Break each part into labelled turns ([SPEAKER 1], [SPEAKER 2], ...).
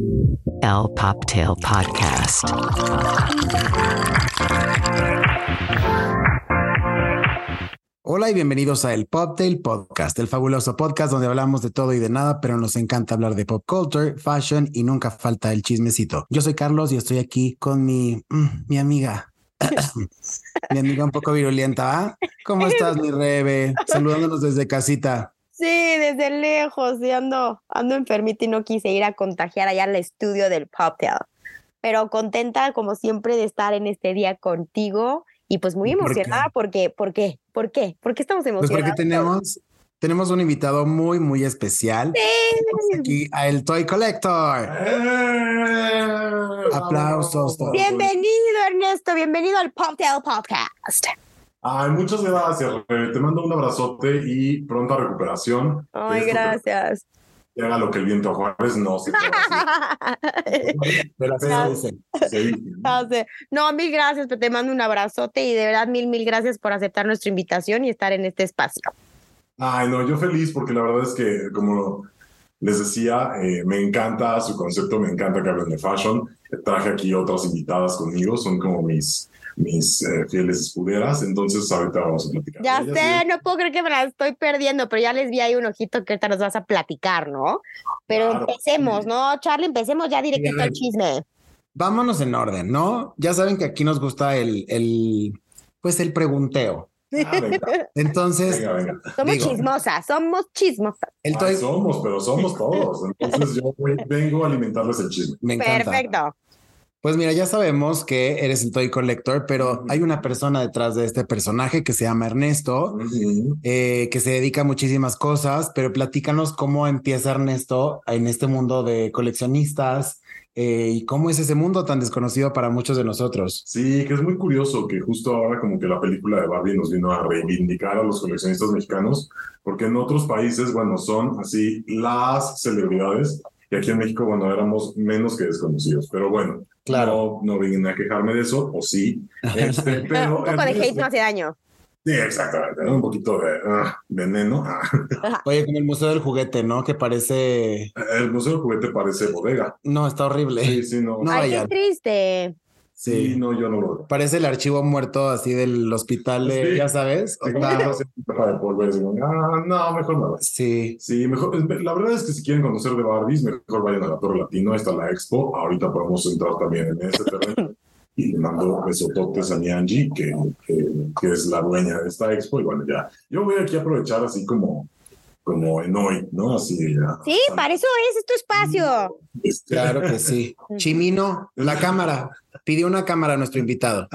[SPEAKER 1] El Poptail Podcast.
[SPEAKER 2] Hola y bienvenidos a El Poptail Podcast, el fabuloso podcast donde hablamos de todo y de nada, pero nos encanta hablar de pop culture, fashion y nunca falta el chismecito. Yo soy Carlos y estoy aquí con mi, mm, mi amiga. mi amiga un poco virulenta, ¿ah? ¿Cómo estás, mi Rebe? Saludándonos desde casita.
[SPEAKER 3] Sí, desde lejos, y ando, ando enfermita y no quise ir a contagiar allá al estudio del Poptail. Pero contenta, como siempre, de estar en este día contigo y pues muy
[SPEAKER 2] ¿Y por qué?
[SPEAKER 3] emocionada porque, ¿por qué? ¿Por qué? ¿Por qué estamos
[SPEAKER 2] Pues
[SPEAKER 3] emocionados?
[SPEAKER 2] porque tenemos, tenemos un invitado muy, muy especial. Tenemos Aquí a el Toy Collector.
[SPEAKER 4] Eh,
[SPEAKER 2] Aplausos. todos.
[SPEAKER 3] Bienvenido, Ernesto, bienvenido al Poptail Podcast.
[SPEAKER 4] Ay, muchas gracias, Rebe. Te mando un abrazote y pronta recuperación.
[SPEAKER 2] Pues,
[SPEAKER 3] Ay,
[SPEAKER 4] Esto que
[SPEAKER 3] gracias.
[SPEAKER 4] te haga lo que el viento a Juárez no se te va
[SPEAKER 2] De la
[SPEAKER 3] Ah.
[SPEAKER 2] fe dicen.
[SPEAKER 4] a hacer. Se dice, ¿no?
[SPEAKER 3] Ah, sí. No, mil gracias, pero te mando un abrazote y de verdad mil, mil gracias por aceptar nuestra invitación y estar en este espacio.
[SPEAKER 4] Ay, no, yo feliz porque la verdad es que, como les decía, eh, me encanta su concepto, me encanta que hablen de fashion. Traje aquí otras invitadas conmigo, son como mis, mis eh, fieles escuderas. Entonces, ahorita vamos a platicar.
[SPEAKER 3] Ya
[SPEAKER 4] de ellas
[SPEAKER 3] sé,
[SPEAKER 4] y-
[SPEAKER 3] no puedo creer que me la estoy perdiendo, pero ya les vi ahí un ojito que ahorita nos vas a platicar, ¿no? Pero
[SPEAKER 4] Claro.
[SPEAKER 3] empecemos, ¿no? Charlie, empecemos ya directo al chisme.
[SPEAKER 2] Vámonos en orden, ¿no? Ya saben que aquí nos gusta el, el pues el pregunteo.
[SPEAKER 4] Ah, venga,
[SPEAKER 2] Entonces,
[SPEAKER 4] venga, venga.
[SPEAKER 3] Somos
[SPEAKER 2] Digo.
[SPEAKER 3] chismosas, somos chismosas.
[SPEAKER 2] el
[SPEAKER 4] Ay,
[SPEAKER 2] Toy
[SPEAKER 4] Ah, somos, pero somos todos. Entonces, yo voy- vengo a alimentarles el chisme.
[SPEAKER 2] me encanta.
[SPEAKER 3] Perfecto.
[SPEAKER 2] Pues mira, ya sabemos que eres el Toy Collector, pero hay una persona detrás de este personaje que se llama Ernesto,
[SPEAKER 4] Ujú.
[SPEAKER 2] eh, que se dedica a muchísimas cosas, pero platícanos cómo empieza Ernesto en este mundo de coleccionistas eh, y cómo es ese mundo tan desconocido para muchos de nosotros.
[SPEAKER 4] Sí, que es muy curioso que justo ahora como que la película de Barbie nos vino a reivindicar a los coleccionistas mexicanos, porque en otros países, bueno, son así las celebridades, y aquí en México, bueno, éramos menos que desconocidos, pero bueno,
[SPEAKER 2] Claro.
[SPEAKER 4] no, no vine a quejarme de eso, o sí, este,
[SPEAKER 3] Ah,
[SPEAKER 4] pero...
[SPEAKER 3] un poco de hate no hace daño.
[SPEAKER 4] Sí, exactamente, ¿no? un poquito de ah, veneno. Ah,
[SPEAKER 2] Oye, con el Museo del Juguete, ¿no? Que parece...
[SPEAKER 4] El Museo del Juguete parece bodega.
[SPEAKER 2] No, está horrible.
[SPEAKER 4] Sí, sí, no.
[SPEAKER 2] No.
[SPEAKER 3] Ay,
[SPEAKER 2] vayan.
[SPEAKER 3] qué triste.
[SPEAKER 4] Sí,
[SPEAKER 2] Sí.
[SPEAKER 4] no, yo no lo veo.
[SPEAKER 2] Parece el archivo muerto así del hospital, de,
[SPEAKER 4] Sí.
[SPEAKER 2] ya sabes. O
[SPEAKER 4] Así como que
[SPEAKER 2] sea,
[SPEAKER 4] hace tapa de polvo, y así como, ah, no, mejor no.
[SPEAKER 2] sí.
[SPEAKER 4] Sí, mejor, la verdad es que si quieren conocer de Barbies, mejor vayan a la Torre Latino, ahí está la expo, ahorita podemos entrar también en ese terreno. Y le mando besototes a mi Angie, que, que, que es la dueña de esta expo, y bueno, ya. Yo voy aquí a aprovechar así como, como en hoy, ¿no? Así. ya.
[SPEAKER 3] Sí, para eso es, es tu espacio.
[SPEAKER 4] Este,
[SPEAKER 2] Claro que sí. Chimino, la cámara. Pidió una cámara a nuestro invitado.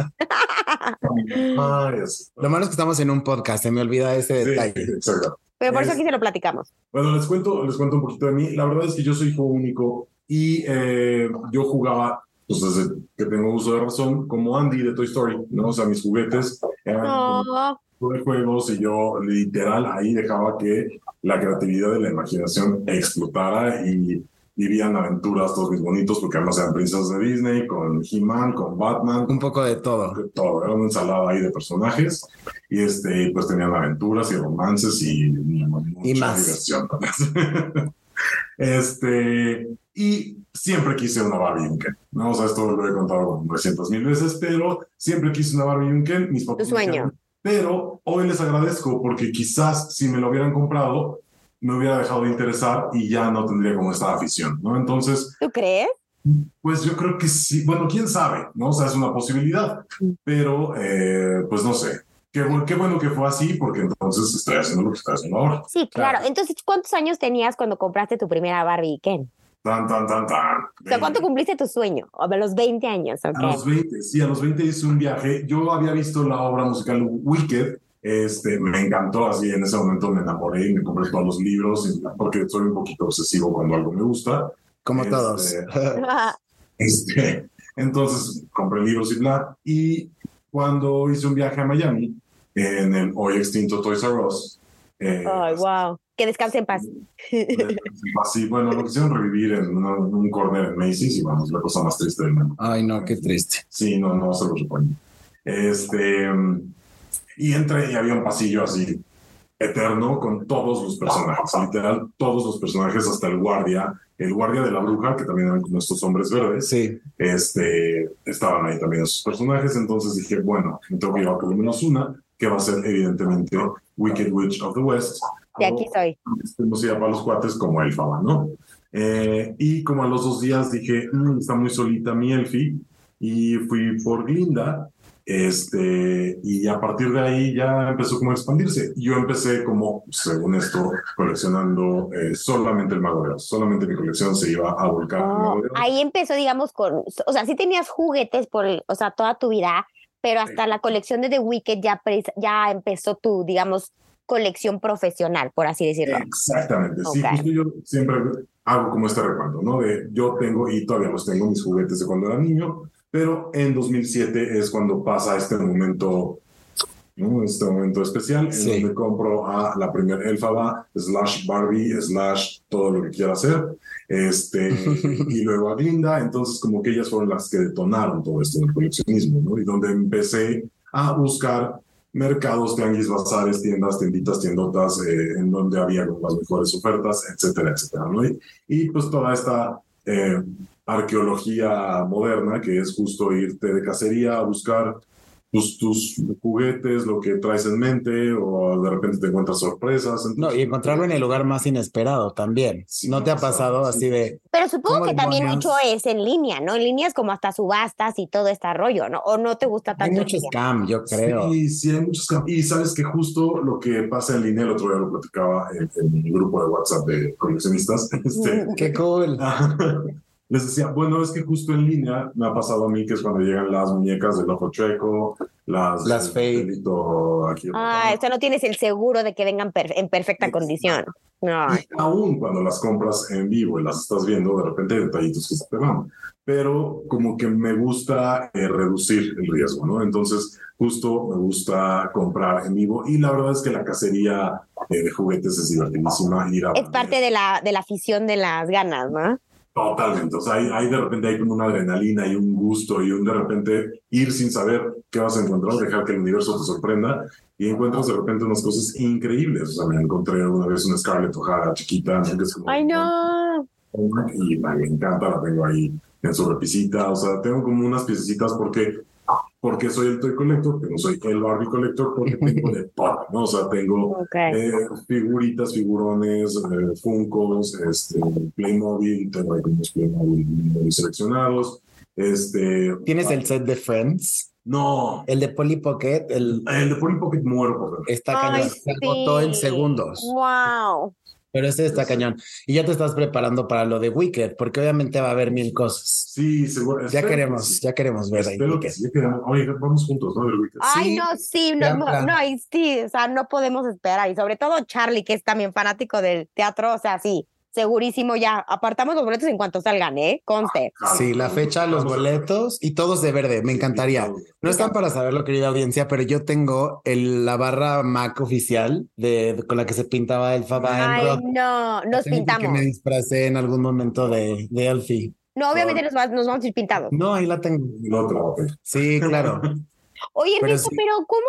[SPEAKER 4] ay, así.
[SPEAKER 2] Lo malo es que estamos en un podcast, se me olvida ese
[SPEAKER 4] Sí,
[SPEAKER 2] detalle.
[SPEAKER 4] exacto.
[SPEAKER 3] Pero por eso
[SPEAKER 4] Es-
[SPEAKER 3] aquí se lo platicamos.
[SPEAKER 4] Bueno, les cuento, les cuento un poquito de mí. La verdad es que yo soy hijo único y eh, yo jugaba, pues desde que tengo uso de razón, como Andy de Toy Story, ¿no? O sea, mis juguetes eran como
[SPEAKER 3] No,
[SPEAKER 4] tipo de juegos y yo literal ahí dejaba que la creatividad y la imaginación explotara y vivían aventuras todos mis bonitos, porque además eran princesas de Disney, con He-Man, con Batman,
[SPEAKER 2] Un poco de todo.
[SPEAKER 4] de todo, era una ensalada ahí de personajes y este, pues tenían aventuras y romances y, mucha
[SPEAKER 2] Y más.
[SPEAKER 4] diversión. este, y siempre quise una Barbie Unken, ¿no? O sea, esto lo he contado como 300 mil veces, pero siempre quise una Barbie Unken, mis papás.
[SPEAKER 3] Tu sueño.
[SPEAKER 4] me dijeron, Pero hoy les agradezco porque quizás si me lo hubieran comprado, me hubiera dejado de interesar y ya no tendría como esta afición, ¿no? Entonces,
[SPEAKER 3] ¿tú crees?
[SPEAKER 4] pues yo creo que sí. Bueno, quién sabe, ¿no? O sea, es una posibilidad, pero eh, pues no sé. Qué, bu- qué bueno que fue así, porque entonces estoy haciendo lo que estoy haciendo ahora.
[SPEAKER 3] Sí, claro.
[SPEAKER 4] Claro.
[SPEAKER 3] Entonces, ¿cuántos años tenías cuando compraste tu primera Barbie y Ken?
[SPEAKER 4] Tan, tan, tan, tan.
[SPEAKER 3] O sea, ¿cuánto
[SPEAKER 4] Veinte.
[SPEAKER 3] cumpliste tu sueño? A los 20 años,
[SPEAKER 4] A
[SPEAKER 3] ¿ok?
[SPEAKER 4] los 20, sí, a los 20 hice un viaje. Yo había visto la obra musical Wicked. Este, me encantó, así en ese momento me enamoré y me compré todos los libros, y- porque soy un poquito obsesivo cuando algo me gusta.
[SPEAKER 2] Como
[SPEAKER 4] Este,
[SPEAKER 2] todos.
[SPEAKER 4] Este, entonces compré libros y bla. Y cuando hice un viaje a Miami, en el hoy extinto Toys R Us, eh,
[SPEAKER 3] Ay, wow. Que descanse en paz.
[SPEAKER 4] así, bueno, lo quisieron revivir en una- en un corner en Macy's y vamos, la cosa más triste del mundo.
[SPEAKER 2] Ay, no, qué triste.
[SPEAKER 4] Sí, no, no se lo suponía. Este, y entré y había un pasillo así eterno con todos los personajes, literal, todos los personajes, hasta el guardia, el guardia de la bruja, que también eran como estos hombres verdes,
[SPEAKER 2] Sí.
[SPEAKER 4] este, estaban ahí también esos personajes, entonces dije, bueno, me tengo que llevar por lo menos una, que va a ser evidentemente Wicked Witch of the West.
[SPEAKER 3] De aquí
[SPEAKER 4] Oh.
[SPEAKER 3] soy.
[SPEAKER 4] Hemos ido para los cuates como Elfaba, ¿no? Eh, y como a los dos días dije, "Mm, está muy solita mi Elfi, y fui por Glinda, este, y a partir de ahí ya empezó como a expandirse. Yo empecé como, según esto, coleccionando eh, solamente el Mago de Oz. Solamente mi colección se iba a volcar. al Mago de Oz.
[SPEAKER 3] ahí empezó, digamos, con, o sea, sí tenías juguetes por, el- o sea, toda tu vida, pero hasta la colección de The Wicked ya, pre- ya empezó tu, digamos, colección profesional, por así decirlo.
[SPEAKER 4] Exactamente, sí,
[SPEAKER 3] Ok.
[SPEAKER 4] justo yo siempre hago como este recuento, ¿no? De yo tengo y todavía los tengo mis juguetes de cuando era niño, pero en 2007 es cuando pasa este momento, ¿no? Este momento especial
[SPEAKER 2] Sí.
[SPEAKER 4] en donde compro a la primera Elfaba, slash Barbie, slash todo lo que quiera hacer, este, y luego a Glinda, entonces como que ellas fueron las que detonaron todo esto del coleccionismo, ¿no? Y donde empecé a buscar mercados, tianguis, bazares, tiendas, tienditas, tiendotas, eh, en donde había como las mejores ofertas, etcétera, etcétera, ¿no? Y, y, pues toda esta eh, arqueología moderna, que es justo irte de cacería a buscar tus, tus juguetes, lo que traes en mente, o de repente te encuentras sorpresas.
[SPEAKER 2] No, y encontrarlo en el lugar más inesperado también.
[SPEAKER 4] Sí,
[SPEAKER 2] ¿No te ha
[SPEAKER 4] o sea,
[SPEAKER 2] pasado
[SPEAKER 4] sí.
[SPEAKER 2] así de,
[SPEAKER 3] Pero supongo
[SPEAKER 2] ¿Cómo
[SPEAKER 3] que también
[SPEAKER 2] demonios?
[SPEAKER 3] mucho es en línea, ¿no? En líneas como hasta subastas y todo este rollo, ¿no? O no te gusta
[SPEAKER 2] hay
[SPEAKER 3] tanto. en
[SPEAKER 2] mucho
[SPEAKER 3] línea?
[SPEAKER 2] scam, yo creo.
[SPEAKER 4] Sí, sí, hay muchos cam- Y sabes que justo lo que pasa en línea, el otro día lo platicaba en, en mi grupo de WhatsApp de coleccionistas, este,
[SPEAKER 2] Qué cool. Mm.
[SPEAKER 4] Les decía, bueno, es que justo en línea me ha pasado a mí que es cuando llegan las muñecas del ojo chueco, las,
[SPEAKER 2] Las
[SPEAKER 4] el
[SPEAKER 2] fake.
[SPEAKER 4] pelito aquí.
[SPEAKER 3] Ah, o sea, no tienes el seguro de que vengan per- en perfecta
[SPEAKER 4] Exacto.
[SPEAKER 3] condición. No.
[SPEAKER 4] Y aún cuando las compras en vivo y las estás viendo, de repente hay detallitos que se te van. Pero como que me gusta eh, reducir el riesgo, ¿no? Entonces, justo me gusta comprar en vivo. Y la verdad es que la cacería eh, de juguetes es divertidísima. Ir a
[SPEAKER 3] Es parte de la, de la afición de las ganas, ¿no?
[SPEAKER 4] Totalmente, o sea, hay, hay de repente hay como una adrenalina y un gusto y un de repente ir sin saber qué vas a encontrar, dejar que el universo te sorprenda y encuentras de repente unas cosas increíbles. O sea, me encontré una vez una Scarlett O'Hara chiquita, ¿no? Que es como-
[SPEAKER 3] Ay, no.
[SPEAKER 4] y me encanta, la tengo ahí en su repisita, o sea, tengo como unas piececitas porque, porque soy el Toy Collector, que no soy el Barbie Collector, porque tengo de todo, ¿no? O sea, tengo
[SPEAKER 3] Ok.
[SPEAKER 4] eh, figuritas, figurones, eh, Funkos, este, Playmobil, tengo ahí unos Playmobil muy seleccionados. Este,
[SPEAKER 2] ¿Tienes el set de Friends?
[SPEAKER 4] No,
[SPEAKER 2] El de Polly Pocket, el
[SPEAKER 4] el de Polly Pocket muero por dentro.
[SPEAKER 2] está
[SPEAKER 3] Ay,
[SPEAKER 2] cañón. Se agotó en
[SPEAKER 3] sí.
[SPEAKER 2] segundos.
[SPEAKER 3] Wow.
[SPEAKER 2] Pero este está cañón. Y ya te estás preparando para lo de Wicked, porque obviamente va a haber mil cosas.
[SPEAKER 4] Sí, seguro.
[SPEAKER 2] Ya
[SPEAKER 4] espero que
[SPEAKER 2] queremos,
[SPEAKER 4] sí.
[SPEAKER 2] ya queremos ver ahí
[SPEAKER 4] Espero que
[SPEAKER 2] Wicked.
[SPEAKER 4] sí, que- Oye, vamos juntos, ¿no? Del weekend.
[SPEAKER 3] Ay,
[SPEAKER 2] Sí,
[SPEAKER 3] no, sí, no,
[SPEAKER 2] gran
[SPEAKER 3] no,
[SPEAKER 2] plan.
[SPEAKER 3] no, y sí, o sea, no podemos esperar. Y sobre todo Charlie, que es también fanático del teatro, o sea, sí, segurísimo ya. Apartamos los boletos en cuanto salgan, ¿eh? Conste.
[SPEAKER 2] Sí, la fecha, los
[SPEAKER 4] Vamos a-
[SPEAKER 2] boletos y todos de verde. Me encantaría. No están para saberlo, querida audiencia, pero yo tengo el- la barra Mac oficial de, con la que se pintaba el Faba en
[SPEAKER 3] Ay,
[SPEAKER 2] rock.
[SPEAKER 3] no, nos
[SPEAKER 2] Tengo porque
[SPEAKER 3] pintamos.
[SPEAKER 2] me disfracé en algún momento de, de Elfie.
[SPEAKER 3] No, obviamente nos, va- nos vamos a ir pintados.
[SPEAKER 2] No, ahí la tengo.
[SPEAKER 4] El otro, ok.
[SPEAKER 2] Sí, claro.
[SPEAKER 3] Oye,
[SPEAKER 2] Pero
[SPEAKER 3] Ernesto,
[SPEAKER 2] sí.
[SPEAKER 3] pero ¿cómo,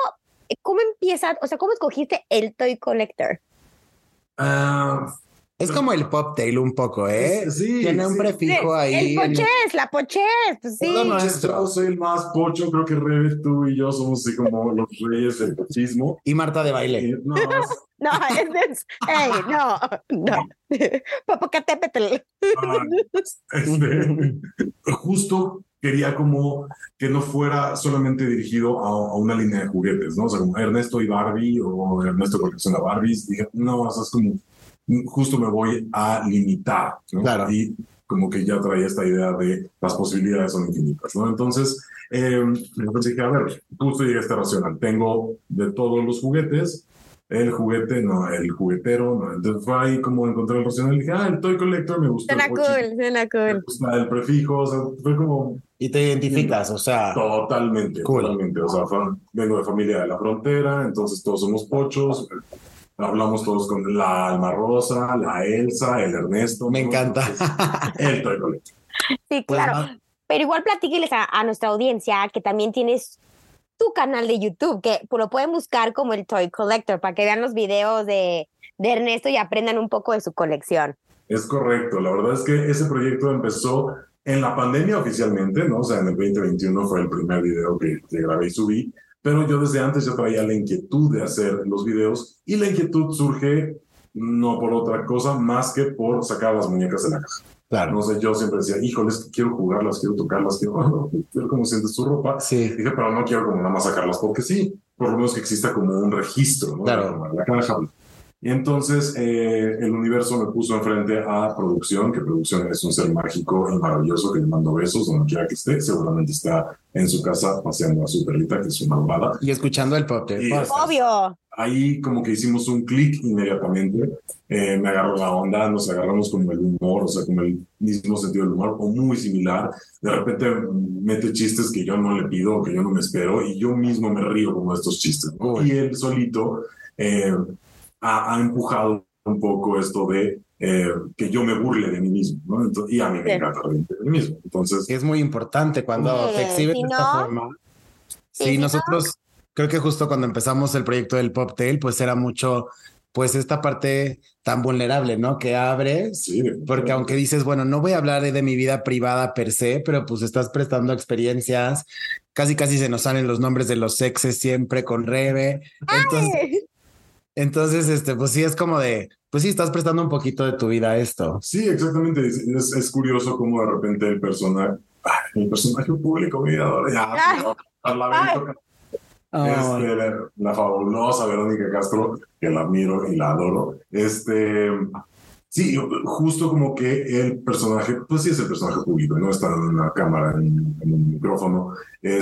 [SPEAKER 3] cómo empiezas? O sea, ¿cómo escogiste el Toy Collector?
[SPEAKER 4] Ah,
[SPEAKER 2] Es como el pop tail un poco, ¿eh?
[SPEAKER 4] Sí,
[SPEAKER 2] Tiene un
[SPEAKER 4] sí.
[SPEAKER 2] prefijo
[SPEAKER 3] Sí,
[SPEAKER 2] ahí.
[SPEAKER 3] el
[SPEAKER 2] en-
[SPEAKER 3] pochés, la pochés, pues sí.
[SPEAKER 2] Todo
[SPEAKER 4] Yo
[SPEAKER 2] nuestro.
[SPEAKER 4] soy el más pocho, creo que Rebe, tú y yo somos así como los reyes del pochismo.
[SPEAKER 2] Y Marta de baile.
[SPEAKER 4] Y, no, es-
[SPEAKER 3] No, es, es- ey, no, no. Popocatépetl.
[SPEAKER 4] ah, este, justo quería como que no fuera solamente dirigido a, a una línea de juguetes, ¿no? O sea, como Ernesto y Barbie o Ernesto colecciona Barbies. Dije, no, o sea, es como, justo me voy a limitar, ¿no?
[SPEAKER 2] Claro.
[SPEAKER 4] Y como que ya traía esta idea de las posibilidades son infinitas, ¿no? Entonces, eh, entonces dije, a ver, justo llegué a este racional. Tengo de todos los juguetes, el juguete, no, el juguetero, no. Entonces fue ahí como encontré el racional. Dije, ah, el Toy Collector me gustó. el
[SPEAKER 3] Suena
[SPEAKER 4] pochito,
[SPEAKER 3] cool, suena
[SPEAKER 4] me
[SPEAKER 3] cool.
[SPEAKER 4] gusta el prefijo, o sea, fue como
[SPEAKER 2] Y te identificas, o sea.
[SPEAKER 4] Totalmente,
[SPEAKER 2] Cool.
[SPEAKER 4] totalmente. O sea, fa- vengo de familia de la frontera, entonces todos somos pochos. eh, Hablamos todos con la Alma Rosa, la Elsa, el Ernesto.
[SPEAKER 2] Me
[SPEAKER 4] ¿no?
[SPEAKER 2] encanta.
[SPEAKER 4] Entonces, el Toy Collector.
[SPEAKER 3] Sí,
[SPEAKER 2] Pues,
[SPEAKER 3] claro.
[SPEAKER 2] ma-
[SPEAKER 3] Pero igual platíqueles a, a nuestra audiencia que también tienes tu canal de YouTube, que lo pueden buscar como el Toy Collector para que vean los videos de, de Ernesto y aprendan un poco de su colección.
[SPEAKER 4] Es correcto, la verdad es que ese proyecto empezó en la pandemia oficialmente, ¿no? O sea, en el 2021 fue el primer video que, que grabé y subí, pero yo desde antes ya traía la inquietud de hacer los videos y la inquietud surge no por otra cosa más que por sacar las muñecas de la caja.
[SPEAKER 2] Claro.
[SPEAKER 4] No sé, yo siempre decía, híjoles, quiero jugarlas, quiero tocarlas, quiero ver cómo sientes tu ropa.
[SPEAKER 2] Sí.
[SPEAKER 4] Dije, pero no quiero como nada más sacarlas porque sí, por lo menos que exista como un registro, ¿no?
[SPEAKER 2] Claro.
[SPEAKER 4] Como La caja. Y entonces eh, el universo me puso enfrente a producción, que producción es un ser mágico y maravilloso que le mando besos donde quiera que esté. Seguramente está en su casa paseando a su perrita, que es una malvada.
[SPEAKER 2] Y escuchando el pop del
[SPEAKER 4] Y-
[SPEAKER 2] podcast. pues,
[SPEAKER 3] Obvio.
[SPEAKER 4] Ahí como que hicimos un clic inmediatamente. Eh, me agarró la onda, nos agarramos con el humor, o sea, con el mismo sentido del humor, o muy similar. De repente mete chistes que yo no le pido, o que yo no me espero, y yo mismo me río como de estos chistes. ¿no?
[SPEAKER 2] Uy.
[SPEAKER 4] Y él solito eh, ha, ha empujado un poco esto de eh, que yo me burle de mí mismo, ¿no? Entonces- y a mí me
[SPEAKER 3] Sí.
[SPEAKER 4] encanta reírme de mí mismo. Entonces,
[SPEAKER 2] Es muy importante cuando
[SPEAKER 3] Sí,
[SPEAKER 2] te exhibes
[SPEAKER 3] si
[SPEAKER 2] de esta
[SPEAKER 3] no-
[SPEAKER 2] forma.
[SPEAKER 3] Sí,
[SPEAKER 2] Sí,
[SPEAKER 3] si no-
[SPEAKER 2] nosotros creo que justo cuando empezamos el proyecto del Poptail, pues era mucho, pues esta parte tan vulnerable, ¿no? Que abres,
[SPEAKER 4] sí,
[SPEAKER 2] porque aunque dices, bueno, no voy a hablar de mi vida privada per se, pero pues estás prestando experiencias, casi casi se nos salen los nombres de los sexes siempre con Rebe. Entonces, entonces, este, pues sí es como de, pues sí, estás prestando un poquito de tu vida a esto.
[SPEAKER 4] Sí, exactamente. Es, es- es curioso cómo de repente el personaje, ay, el personaje público, mira, ahora ya,
[SPEAKER 3] Ay.
[SPEAKER 4] a la Verónica,
[SPEAKER 2] Ay,
[SPEAKER 4] este, la, la fabulosa Verónica Castro, que la admiro y la adoro. Este, sí, justo como que el personaje, pues sí es el personaje público, no está en una cámara, en, en un micrófono,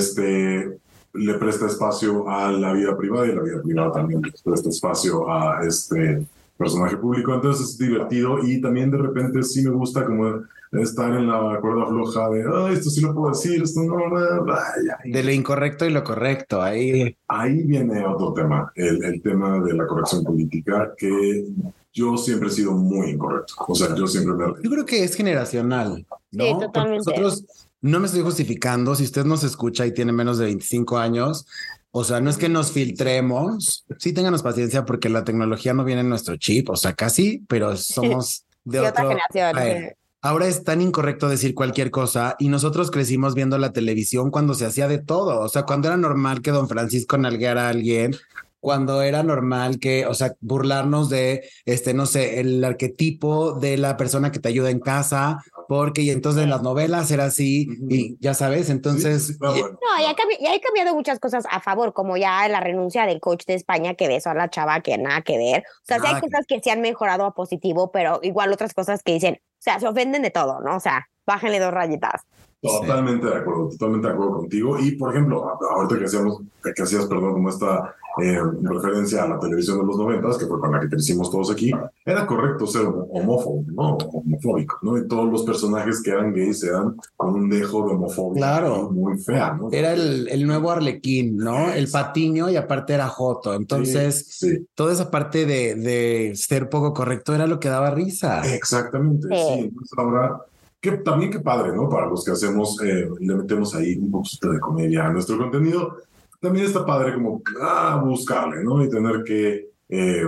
[SPEAKER 4] este, le presta espacio a la vida privada y la vida privada también le presta espacio a este personaje público, entonces es divertido y también de repente sí me gusta como estar en la cuerda floja de, "Ay, esto sí lo puedo decir, esto no, bla, bla", y ahí
[SPEAKER 2] de lo incorrecto y lo correcto, ahí.
[SPEAKER 4] Ahí viene otro tema, el, el tema de la corrección política, que yo siempre he sido muy incorrecto. O sea, yo siempre me...
[SPEAKER 2] Yo creo que es generacional, ¿no?
[SPEAKER 3] Sí,
[SPEAKER 2] Porque
[SPEAKER 3] totalmente.
[SPEAKER 2] Nosotros no me estoy justificando, si usted nos escucha y tiene menos de 25 años, o sea, no es que nos filtremos, sí ténganos paciencia porque la tecnología no viene en nuestro chip, o sea, casi, pero somos de
[SPEAKER 3] de otra
[SPEAKER 2] otro.
[SPEAKER 3] generación.
[SPEAKER 2] Ay,
[SPEAKER 3] sí.
[SPEAKER 2] Ahora es tan incorrecto decir cualquier cosa y nosotros crecimos viendo la televisión cuando se hacía de todo, o sea, cuando era normal que don Francisco nalgueara a alguien, cuando era normal que, o sea, burlarnos de, este, no sé, el arquetipo de la persona que te ayuda en casa, porque y entonces en las novelas era así y ya sabes, entonces,
[SPEAKER 4] Sí, sí, ah, bueno.
[SPEAKER 3] No, ya, cambi- ya he cambiado muchas cosas a favor, como ya la renuncia del coach de España que besó a la chava que nada que ver. O sea, sí hay
[SPEAKER 2] Nada que
[SPEAKER 3] cosas que se han mejorado a positivo, pero igual otras cosas que dicen, o sea, se ofenden de todo, ¿no? O sea, bájenle dos rayitas.
[SPEAKER 4] Totalmente de acuerdo, totalmente de acuerdo contigo. Y, por ejemplo, a- ahorita que, hacíamos, que hacías, perdón, como esta eh, referencia a la televisión de los noventas, que fue con la que crecimos todos aquí, era correcto ser homo- homófobo, ¿no? Homofóbico, ¿no? Y todos los personajes que eran gays eran con un dejo de homofobia
[SPEAKER 2] Claro.
[SPEAKER 4] muy fea, ¿no?
[SPEAKER 2] era el, el nuevo arlequín, ¿no? El patiño y aparte era joto, entonces...
[SPEAKER 4] Sí, sí.
[SPEAKER 2] Toda esa parte de, de ser poco correcto era lo que daba risa.
[SPEAKER 4] Exactamente, sí.
[SPEAKER 3] Ah, Sí.
[SPEAKER 4] Entonces ahora, que también qué padre, ¿no? Para los que hacemos, eh, le metemos ahí un poquito de comedia a nuestro contenido, también está padre como ah, buscarle, ¿no? Y tener que eh,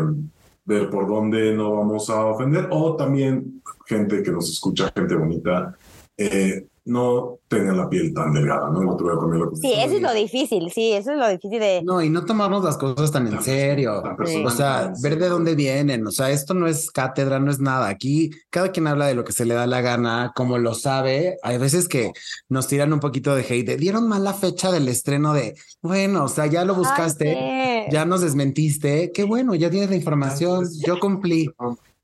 [SPEAKER 4] ver por dónde no vamos a ofender o también gente que nos escucha, gente bonita, eh, no tenga la piel tan delgada, ¿no? El otro día también lo
[SPEAKER 3] Sí, eso es lo difícil, sí, eso es lo difícil de...
[SPEAKER 2] No, y no tomarnos las cosas tan en serio. O sea, ver de dónde vienen. O sea, esto no es cátedra, no es nada. Aquí cada quien habla de lo que se le da la gana, como lo sabe. Hay veces que nos tiran un poquito de hate. de, Dieron mal la fecha del estreno de, bueno, o sea, ya lo buscaste,
[SPEAKER 3] Ay, sí.
[SPEAKER 2] ya nos desmentiste. Qué bueno, ya tienes la información. Yo cumplí.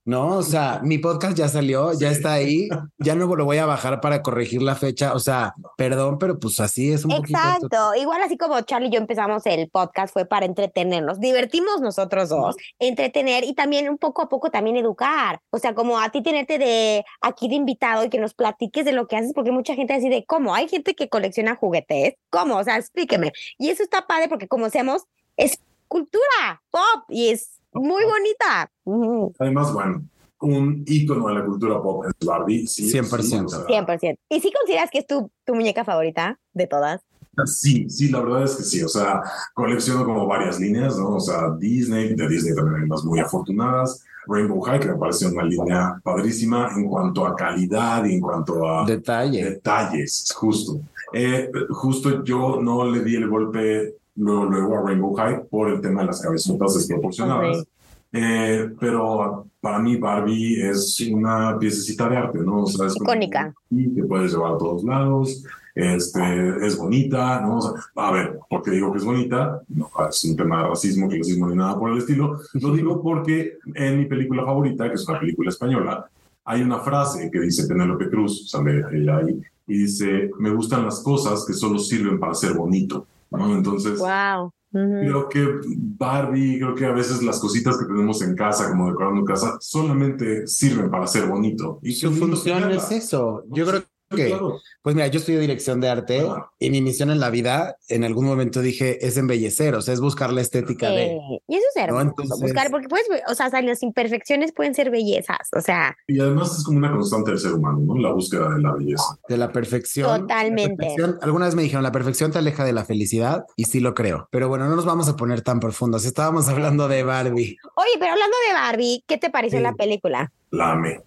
[SPEAKER 2] No, o sea, mi podcast ya salió, ya está ahí, ya no lo voy a bajar para corregir la fecha. O sea, perdón, pero pues así es un poquito.
[SPEAKER 3] Exacto, igual así como Charlie y yo empezamos el podcast fue para entretenernos, divertimos nosotros dos, entretener y también un poco a poco también educar, o sea, como a ti tenerte de aquí de invitado y que nos platiques de lo que haces, porque mucha gente decide, ¿cómo? Hay gente que colecciona juguetes, ¿cómo? O sea, explíqueme. Y eso está padre porque como seamos, es cultura pop y es muy bonita. Mm,
[SPEAKER 4] Además, bueno, un ícono de la cultura pop es Barbie. Sí,
[SPEAKER 2] 100%.
[SPEAKER 4] sí, o sea,
[SPEAKER 3] 100%. ¿Y si consideras que es tu, tu muñeca favorita de todas?
[SPEAKER 4] Sí, sí, la verdad es que sí. O sea, colecciono como varias líneas, ¿no? O sea, Disney, de Disney también hay unas muy afortunadas. Rainbow High, que me parece una línea padrísima en cuanto a calidad y en cuanto a
[SPEAKER 2] Detalle.
[SPEAKER 4] detalles, justo. Eh, justo yo no le di el golpe luego, luego a Rainbow High por el tema de las cabezotas desproporcionadas.
[SPEAKER 3] Ok.
[SPEAKER 4] Eh, pero para mí Barbie es una piececita de arte, ¿no? O sea, es como-
[SPEAKER 3] Icónica.
[SPEAKER 4] Y te puedes llevar a todos lados. Este, es bonita, ¿no? O sea, a ver, porque digo que es bonita, no es un tema de racismo, clasismo ni nada por el estilo. Lo digo porque en mi película favorita, que es una película española, hay una frase que dice Penélope Cruz, sale ella ahí, y dice, me gustan las cosas que solo sirven para ser bonito, ¿no?
[SPEAKER 2] Pues,
[SPEAKER 4] Entonces,
[SPEAKER 3] Wow. Ujú.
[SPEAKER 4] Creo que Barbie, creo que a veces las cositas que tenemos en casa, como decorando casa, solamente sirven para ser bonito. Y
[SPEAKER 2] Su
[SPEAKER 4] qué lindo
[SPEAKER 2] función
[SPEAKER 4] tenerla.
[SPEAKER 2] es eso. Yo creo que
[SPEAKER 4] Claro.
[SPEAKER 2] Pues mira, yo estudio dirección de arte
[SPEAKER 4] Ajá.
[SPEAKER 2] y mi misión en la vida, en algún momento dije, es embellecer, o sea, es buscar la estética de...
[SPEAKER 3] Sí, Eh, Y eso es hermoso,
[SPEAKER 2] Entonces-
[SPEAKER 3] buscar, porque puedes, o sea, hasta las imperfecciones pueden ser bellezas, o sea,
[SPEAKER 4] Y además es como una constante del ser humano, ¿no? La búsqueda de la belleza.
[SPEAKER 2] de la perfección.
[SPEAKER 3] Totalmente.
[SPEAKER 2] La perfección- alguna vez me dijeron, la perfección te aleja de la felicidad y sí lo creo, pero bueno, no nos vamos a poner tan profundos. Estábamos hablando de Barbie.
[SPEAKER 3] oye, pero hablando de Barbie, ¿qué te pareció
[SPEAKER 2] Sí.
[SPEAKER 3] la película?
[SPEAKER 4] La amé.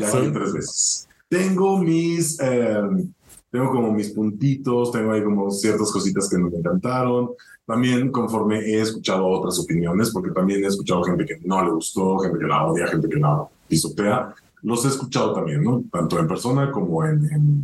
[SPEAKER 4] Ya
[SPEAKER 2] Sí.
[SPEAKER 4] la vi tres veces. Tengo mis, eh, tengo como mis puntitos, tengo ahí como ciertas cositas que me encantaron. También conforme he escuchado otras opiniones, porque también he escuchado gente que no le gustó, gente que la odia, gente que la pisotea. Los he escuchado también, ¿no? Tanto en persona como en- en,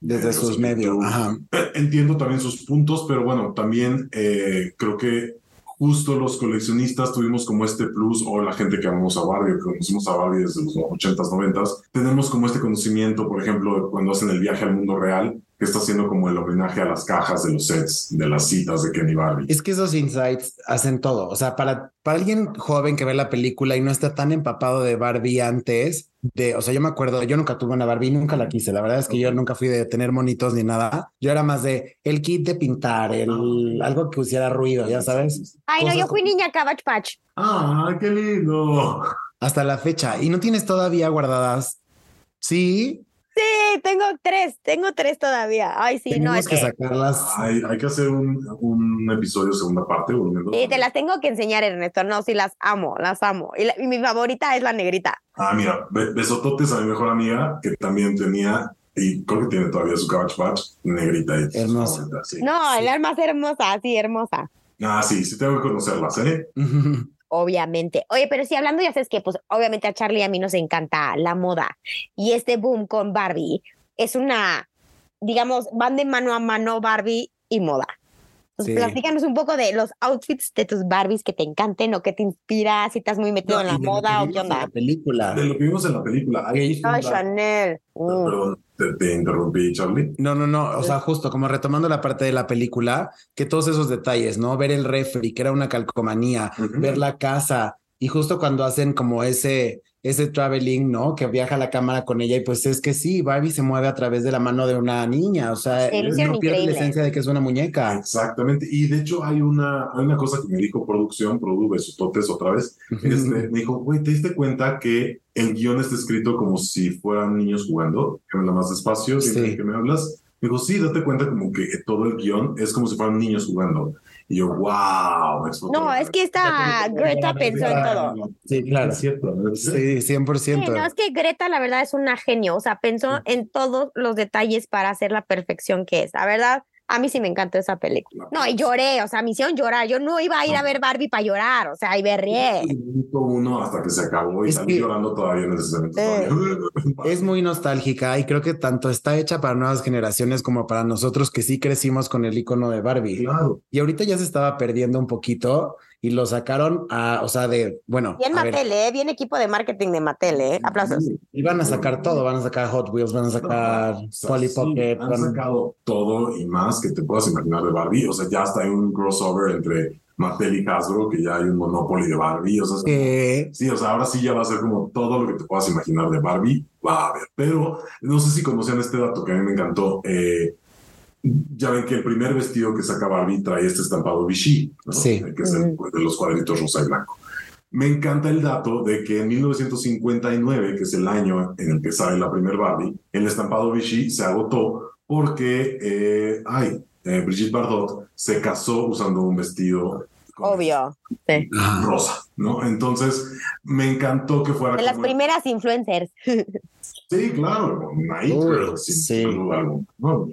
[SPEAKER 2] Desde
[SPEAKER 4] Eh, o
[SPEAKER 2] sus
[SPEAKER 4] sea,
[SPEAKER 2] medios.
[SPEAKER 4] tú-
[SPEAKER 2] Ajá.
[SPEAKER 4] Eh, entiendo también sus puntos, pero bueno, también eh, creo que justo los coleccionistas tuvimos como este plus, o la gente que amamos a Barbie, o que conocimos a Barbie desde los 80s, 90s, tenemos como este conocimiento, por ejemplo, de cuando hacen el viaje al mundo real, que está haciendo como el homenaje a las cajas de los sets, de las citas de Kenny Barbie.
[SPEAKER 2] Es que esos insights hacen todo. O sea, para, para alguien joven que ve la película y no está tan empapado de Barbie antes, de, o sea, yo me acuerdo, yo nunca tuve una Barbie, nunca la quise. La verdad es que yo nunca fui de tener monitos ni nada. Yo era más de el kit de pintar, el, algo que pusiera ruido, ya sabes.
[SPEAKER 3] Ay, no, yo
[SPEAKER 2] Cosas
[SPEAKER 3] fui niña Cabbage Patch.
[SPEAKER 4] ¡Ah, qué lindo!
[SPEAKER 2] Hasta la fecha. Y no tienes todavía guardadas. Sí,
[SPEAKER 3] Sí, Eh, tengo tres, tengo tres todavía. Ay, sí, no,
[SPEAKER 2] tenemos
[SPEAKER 3] es
[SPEAKER 2] que
[SPEAKER 3] que-
[SPEAKER 2] sacarlas.
[SPEAKER 4] Hay, hay que hacer un, un episodio, segunda parte, volumen dos.
[SPEAKER 3] Sí, eh, te las tengo que enseñar, Ernesto. No, sí, las amo, las amo. Y, la- y mi favorita es la negrita.
[SPEAKER 4] Ah, mira, be- besototes a mi mejor amiga, que también tenía, y creo que tiene todavía su Couch Patch, negrita. y-
[SPEAKER 2] Hermosa.
[SPEAKER 4] favorita, sí.
[SPEAKER 3] No, la más hermosa, sí, hermosa.
[SPEAKER 4] Ah, sí, sí tengo que conocerlas, ¿eh?
[SPEAKER 3] Obviamente. Oye, pero sí, hablando, ya sabes que, pues, obviamente a Charlie y a mí nos encanta la moda. Y este boom con Barbie es una, digamos, van de mano a mano Barbie y moda. Entonces,
[SPEAKER 2] Sí.
[SPEAKER 3] platícanos un poco de los outfits de tus Barbies que te encanten o que te inspiras, si estás muy metido en la
[SPEAKER 2] Y de lo que
[SPEAKER 3] moda o
[SPEAKER 2] vimos
[SPEAKER 3] qué
[SPEAKER 2] en La
[SPEAKER 3] onda.
[SPEAKER 2] película.
[SPEAKER 4] De lo que vimos en la película. Ay,
[SPEAKER 2] Ahí-
[SPEAKER 3] Ay, Chanel. Mm.
[SPEAKER 4] Perdón, te, te interrumpí, Charlie.
[SPEAKER 2] No, no, no. O sea, justo como retomando la parte de la película, que todos esos detalles, ¿no? Ver el refri, que era una calcomanía,
[SPEAKER 4] Ujú.
[SPEAKER 2] ver la casa, y justo cuando hacen como ese, ese traveling, ¿no? Que viaja la cámara con ella, y pues es que sí, Barbie se mueve a través de la mano de una niña, o sea,
[SPEAKER 3] Sí, lo hicieron
[SPEAKER 2] no pierde la
[SPEAKER 3] increíble.
[SPEAKER 2] esencia de que es una muñeca.
[SPEAKER 4] Exactamente. Y de hecho hay una, hay una cosa que me dijo producción, produ, besototes otra vez. Este, me dijo, güey, ¿te diste cuenta que el guión está escrito como si fueran niños jugando? Que habla más despacio, siempre
[SPEAKER 2] Sí.
[SPEAKER 4] que me hablas. Me dijo, sí, date cuenta como que todo el guión es como si fueran niños jugando. Y yo, wow.
[SPEAKER 3] No, es que esta Greta pensó en todo.
[SPEAKER 2] Sí, claro.
[SPEAKER 4] Es cierto. ¿no?
[SPEAKER 2] Sí, 100%.
[SPEAKER 3] Sí, no, es que Greta la verdad es una genio, o sea, pensó en todos los detalles para hacer la perfección que es. La verdad, a mí sí me encantó esa película. No, y lloré, o sea, misión llorar. Yo no iba a ir a ver Barbie para llorar, o sea, y berré.
[SPEAKER 4] Y minuto uno hasta que se acabó y
[SPEAKER 2] Es
[SPEAKER 4] salí
[SPEAKER 2] que-
[SPEAKER 4] llorando todavía en el segmento.
[SPEAKER 2] Es muy nostálgica y creo que tanto está hecha para nuevas generaciones como para nosotros que sí crecimos con el icono de Barbie.
[SPEAKER 4] Claro.
[SPEAKER 2] Y ahorita ya se estaba perdiendo un poquito y lo sacaron a, o sea, de, bueno,
[SPEAKER 3] Bien
[SPEAKER 2] a ver,
[SPEAKER 3] Mattel, ¿eh? Bien equipo de marketing de Mattel, ¿eh? Aplausos.
[SPEAKER 2] iban a sacar todo, van a sacar Hot Wheels, van a sacar
[SPEAKER 4] O sea,
[SPEAKER 2] Polly
[SPEAKER 4] sí,
[SPEAKER 2] Pocket,
[SPEAKER 4] han
[SPEAKER 2] van-
[SPEAKER 4] sacado todo y más que te puedas imaginar de Barbie. O sea, ya hasta hay un crossover entre Mattel y Hasbro, que ya hay un Monopoly de Barbie. O sea, es como-
[SPEAKER 2] que
[SPEAKER 4] Sí, o sea, ahora sí ya va a ser como todo lo que te puedas imaginar de Barbie, va a haber. Pero no sé si conocían este dato que a mí me encantó. Eh, ya ven que el primer vestido que saca Barbie trae este estampado Vichy, ¿no?
[SPEAKER 2] Sí.
[SPEAKER 4] que es el pues, de los cuadritos rosa y blanco. Me encanta el dato de que en 1959, que es el año en el que sale la primer Barbie, el estampado Vichy se agotó porque, eh, ay, eh, Brigitte Bardot se casó usando un vestido con-
[SPEAKER 3] Obvio. Sí.
[SPEAKER 4] rosa, ¿no? Entonces me encantó que
[SPEAKER 2] Ah,
[SPEAKER 4] fuera
[SPEAKER 3] De las
[SPEAKER 4] como-
[SPEAKER 3] primeras influencers.
[SPEAKER 4] Sí, claro, Nightgirl,
[SPEAKER 5] Uy,
[SPEAKER 4] sin
[SPEAKER 5] sí.
[SPEAKER 4] duda alguna, ¿no?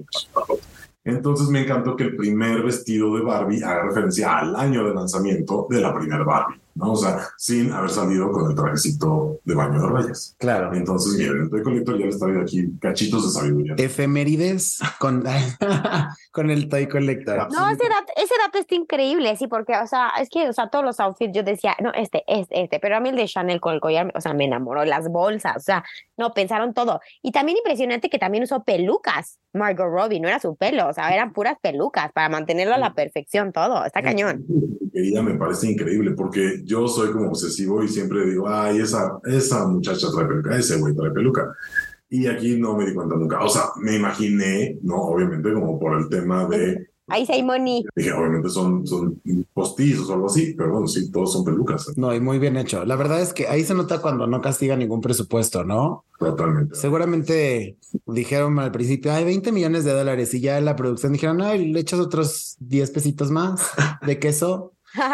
[SPEAKER 4] Entonces me encantó que el primer vestido de Barbie haga referencia al año de lanzamiento de la primera Barbie, ¿no? O sea, sin haber salido con el trajecito de baño de reyes.
[SPEAKER 5] Claro.
[SPEAKER 4] Entonces, miren, el colector ya les traigo aquí cachitos de sabiduría.
[SPEAKER 2] Efemérides con, con el Toy Collector.
[SPEAKER 3] No, ese dato, ese dato está increíble, sí, porque, o sea, es que, o sea, todos los outfits yo decía, no, este, este, este, pero a mí el de Chanel con el collar, o sea, me enamoró, las bolsas, o sea, no, pensaron todo. Y también impresionante que también usó pelucas, Margot Robbie, no era su pelo, o sea, eran puras pelucas para mantenerlo a la perfección todo, está cañón.
[SPEAKER 4] Ella me parece increíble porque yo soy como obsesivo y siempre digo, ay, esa, esa muchacha trae peluca, ese güey trae peluca. Y aquí no me di cuenta nunca. O sea, me imaginé, ¿no? Obviamente como por el tema de,
[SPEAKER 3] Ahí se Moni.
[SPEAKER 4] dije, obviamente son, son postizos o algo así, pero bueno, sí, todos son pelucas,
[SPEAKER 2] No, y muy bien hecho. La verdad es que ahí se nota cuando no castiga ningún presupuesto, ¿no?
[SPEAKER 4] totalmente.
[SPEAKER 2] Seguramente dijeron al principio, hay 20 millones de dólares y ya en la producción dijeron, ay, le echas otros 10 pesitos más de queso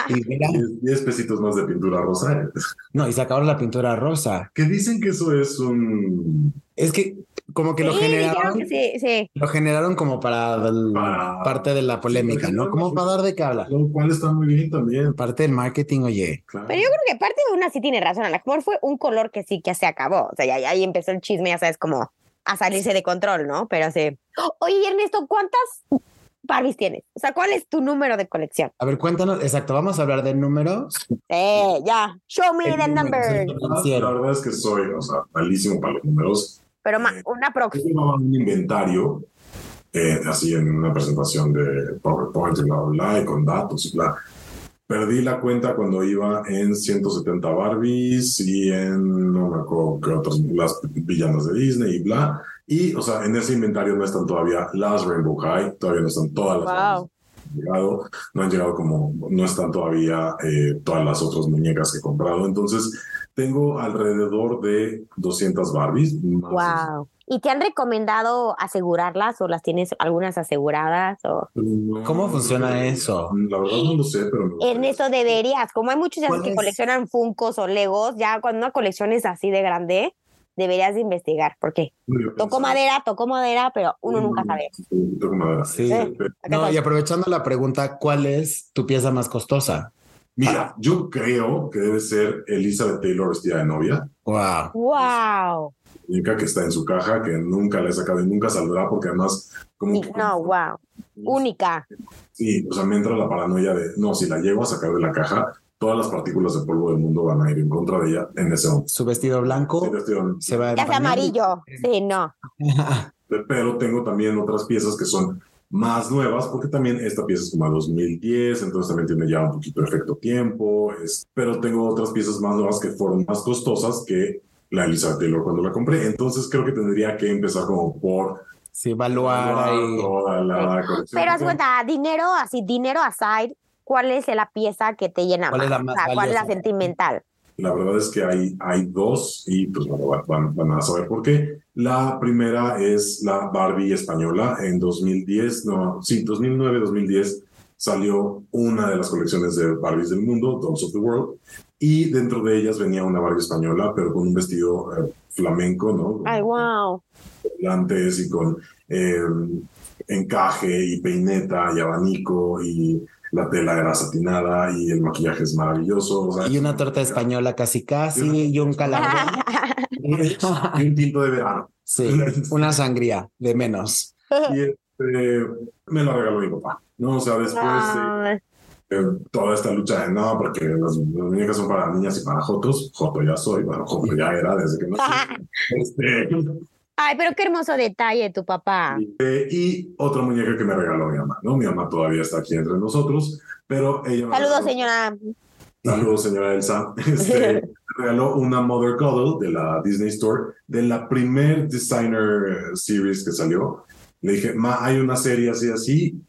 [SPEAKER 2] y mira,
[SPEAKER 4] 10, pesitos más de pintura rosa. ¿eh?
[SPEAKER 2] no, y sacaron la pintura rosa.
[SPEAKER 4] Que dicen que eso es un...
[SPEAKER 2] Es que como que lo
[SPEAKER 3] Sí, dijeron
[SPEAKER 2] generaron,
[SPEAKER 3] que sí, sí.
[SPEAKER 2] lo generaron como para, el-
[SPEAKER 4] Para-
[SPEAKER 2] parte de la polémica, ¿no? Como para dar de qué hablar.
[SPEAKER 4] Lo cual está muy bien también.
[SPEAKER 2] Parte del marketing, oye.
[SPEAKER 4] Claro.
[SPEAKER 3] Pero yo creo que parte de una sí tiene razón, a lo mejor fue un color que sí que se acabó, o sea, ya, ya ahí empezó el chisme, ya sabes, como a salirse de control, ¿no? Pero sí. Oye, y Ernesto, ¿cuántas Barbies tienes? O sea, ¿cuál es tu número de colección?
[SPEAKER 2] A ver, cuéntanos, exacto, vamos a hablar de números.
[SPEAKER 3] Eh, ya, show me
[SPEAKER 2] El
[SPEAKER 3] the
[SPEAKER 2] número,
[SPEAKER 3] number.
[SPEAKER 2] sí.
[SPEAKER 4] La verdad es que soy, o sea, malísimo para los números.
[SPEAKER 3] Pero ma- una
[SPEAKER 4] Yo
[SPEAKER 3] prox.
[SPEAKER 4] llevaba un inventario, eh, así en una presentación de PowerPoint y bla, bla, bla, y con datos y bla. Perdí la cuenta cuando iba en 170 Barbies y en, no me acuerdo qué otras, las villanas de Disney y bla. Y, o sea, en ese inventario no están todavía las Rainbow High, todavía no están todas las Barbies
[SPEAKER 3] Wow.
[SPEAKER 4] llegado, no han llegado como, no están todavía eh, todas las otras muñecas que he comprado. Entonces, tengo alrededor de 200 Barbies. más
[SPEAKER 3] Wow. ¿Y te han recomendado asegurarlas o las tienes algunas aseguradas? O...
[SPEAKER 4] No,
[SPEAKER 2] ¿Cómo
[SPEAKER 4] no
[SPEAKER 2] funciona
[SPEAKER 4] sé.
[SPEAKER 2] eso?
[SPEAKER 4] La verdad no lo sé, pero me gustaría.
[SPEAKER 3] Ernesto, deberías. Como hay muchos ya
[SPEAKER 2] ¿Cuál
[SPEAKER 3] que
[SPEAKER 2] es?
[SPEAKER 3] coleccionan Funcos o Legos, ya cuando una colección es así de grande, deberías de investigar. ¿Por qué? Tocó madera, tocó madera, pero uno nunca sabe.
[SPEAKER 4] Sí, Toco madera.
[SPEAKER 2] Sí.
[SPEAKER 3] Eh.
[SPEAKER 4] Pero-
[SPEAKER 3] Acá
[SPEAKER 2] No,
[SPEAKER 3] está.
[SPEAKER 2] y aprovechando la pregunta, ¿cuál es tu pieza más costosa?
[SPEAKER 4] Mira, yo creo que debe ser Elizabeth Taylor vestida de novia,
[SPEAKER 2] Wow.
[SPEAKER 3] Wow.
[SPEAKER 4] muñeca que está en su caja, que nunca la he sacado y nunca saldrá, porque además, como. que-
[SPEAKER 3] No, wow. Única.
[SPEAKER 4] Sí, o sea, me entra la paranoia de, no, si la llego a sacar de la caja, todas las partículas de polvo del mundo van a ir en contra de ella en ese momento.
[SPEAKER 2] Su vestido
[SPEAKER 4] Sí,
[SPEAKER 2] blanco
[SPEAKER 4] estoy hablando.
[SPEAKER 2] Oh, se va a
[SPEAKER 3] Ya sea amarillo. Sí, no.
[SPEAKER 4] Pero tengo también otras piezas que son más nuevas, porque también esta pieza es como a 2010, entonces también tiene ya un poquito de efecto tiempo, es- pero tengo otras piezas más nuevas que fueron más costosas que la Elizabeth Taylor cuando la compré, entonces creo que tendría que empezar como por
[SPEAKER 2] Sí, evaluar ahí.
[SPEAKER 4] toda la colección.
[SPEAKER 3] Pero haz cuenta, dinero, así, dinero aside, ¿cuál es la pieza que te llena
[SPEAKER 2] ¿Cuál
[SPEAKER 3] más?
[SPEAKER 2] es la más
[SPEAKER 3] O sea, ¿Cuál es la
[SPEAKER 2] valiosa?
[SPEAKER 3] sentimental?
[SPEAKER 4] La verdad es que hay, hay dos y pues bueno, van- van, van a saber por qué. La primera es la Barbie española. En 2010, no, sí, 2009, 2010 salió una de las colecciones de Barbies del mundo, Dolls of the World, y dentro de ellas venía una Barbie española, pero con un vestido eh, flamenco, ¿no?
[SPEAKER 3] Ay, wow.
[SPEAKER 4] volantes y con eh, encaje y peineta y abanico y la tela era satinada y el maquillaje es maravilloso. o sea,
[SPEAKER 2] Y una torta española casi casi y un calambre.
[SPEAKER 4] y un tinto de verano.
[SPEAKER 2] Sí, una sangría de menos.
[SPEAKER 4] Y este, me lo regaló mi papá. No, o sea, después
[SPEAKER 3] Ay,
[SPEAKER 4] eh, eh, toda esta lucha de no, porque las, las muñecas son para niñas y para jotos. Joto ya soy, bueno, joto ya era desde que no este,
[SPEAKER 3] Ay, pero qué hermoso detalle tu papá.
[SPEAKER 4] eh, Y otra muñeca que me regaló mi mamá, ¿no? Mi mamá todavía está aquí entre nosotros, pero ella. me
[SPEAKER 3] Saludos,
[SPEAKER 4] regaló-
[SPEAKER 3] señora.
[SPEAKER 4] Saludos, señora Elsa. Este, me regaló una Mother Cuddle de la Disney Store, de la primer designer eh, series que salió. Le dije, ma, hay una serie así, así.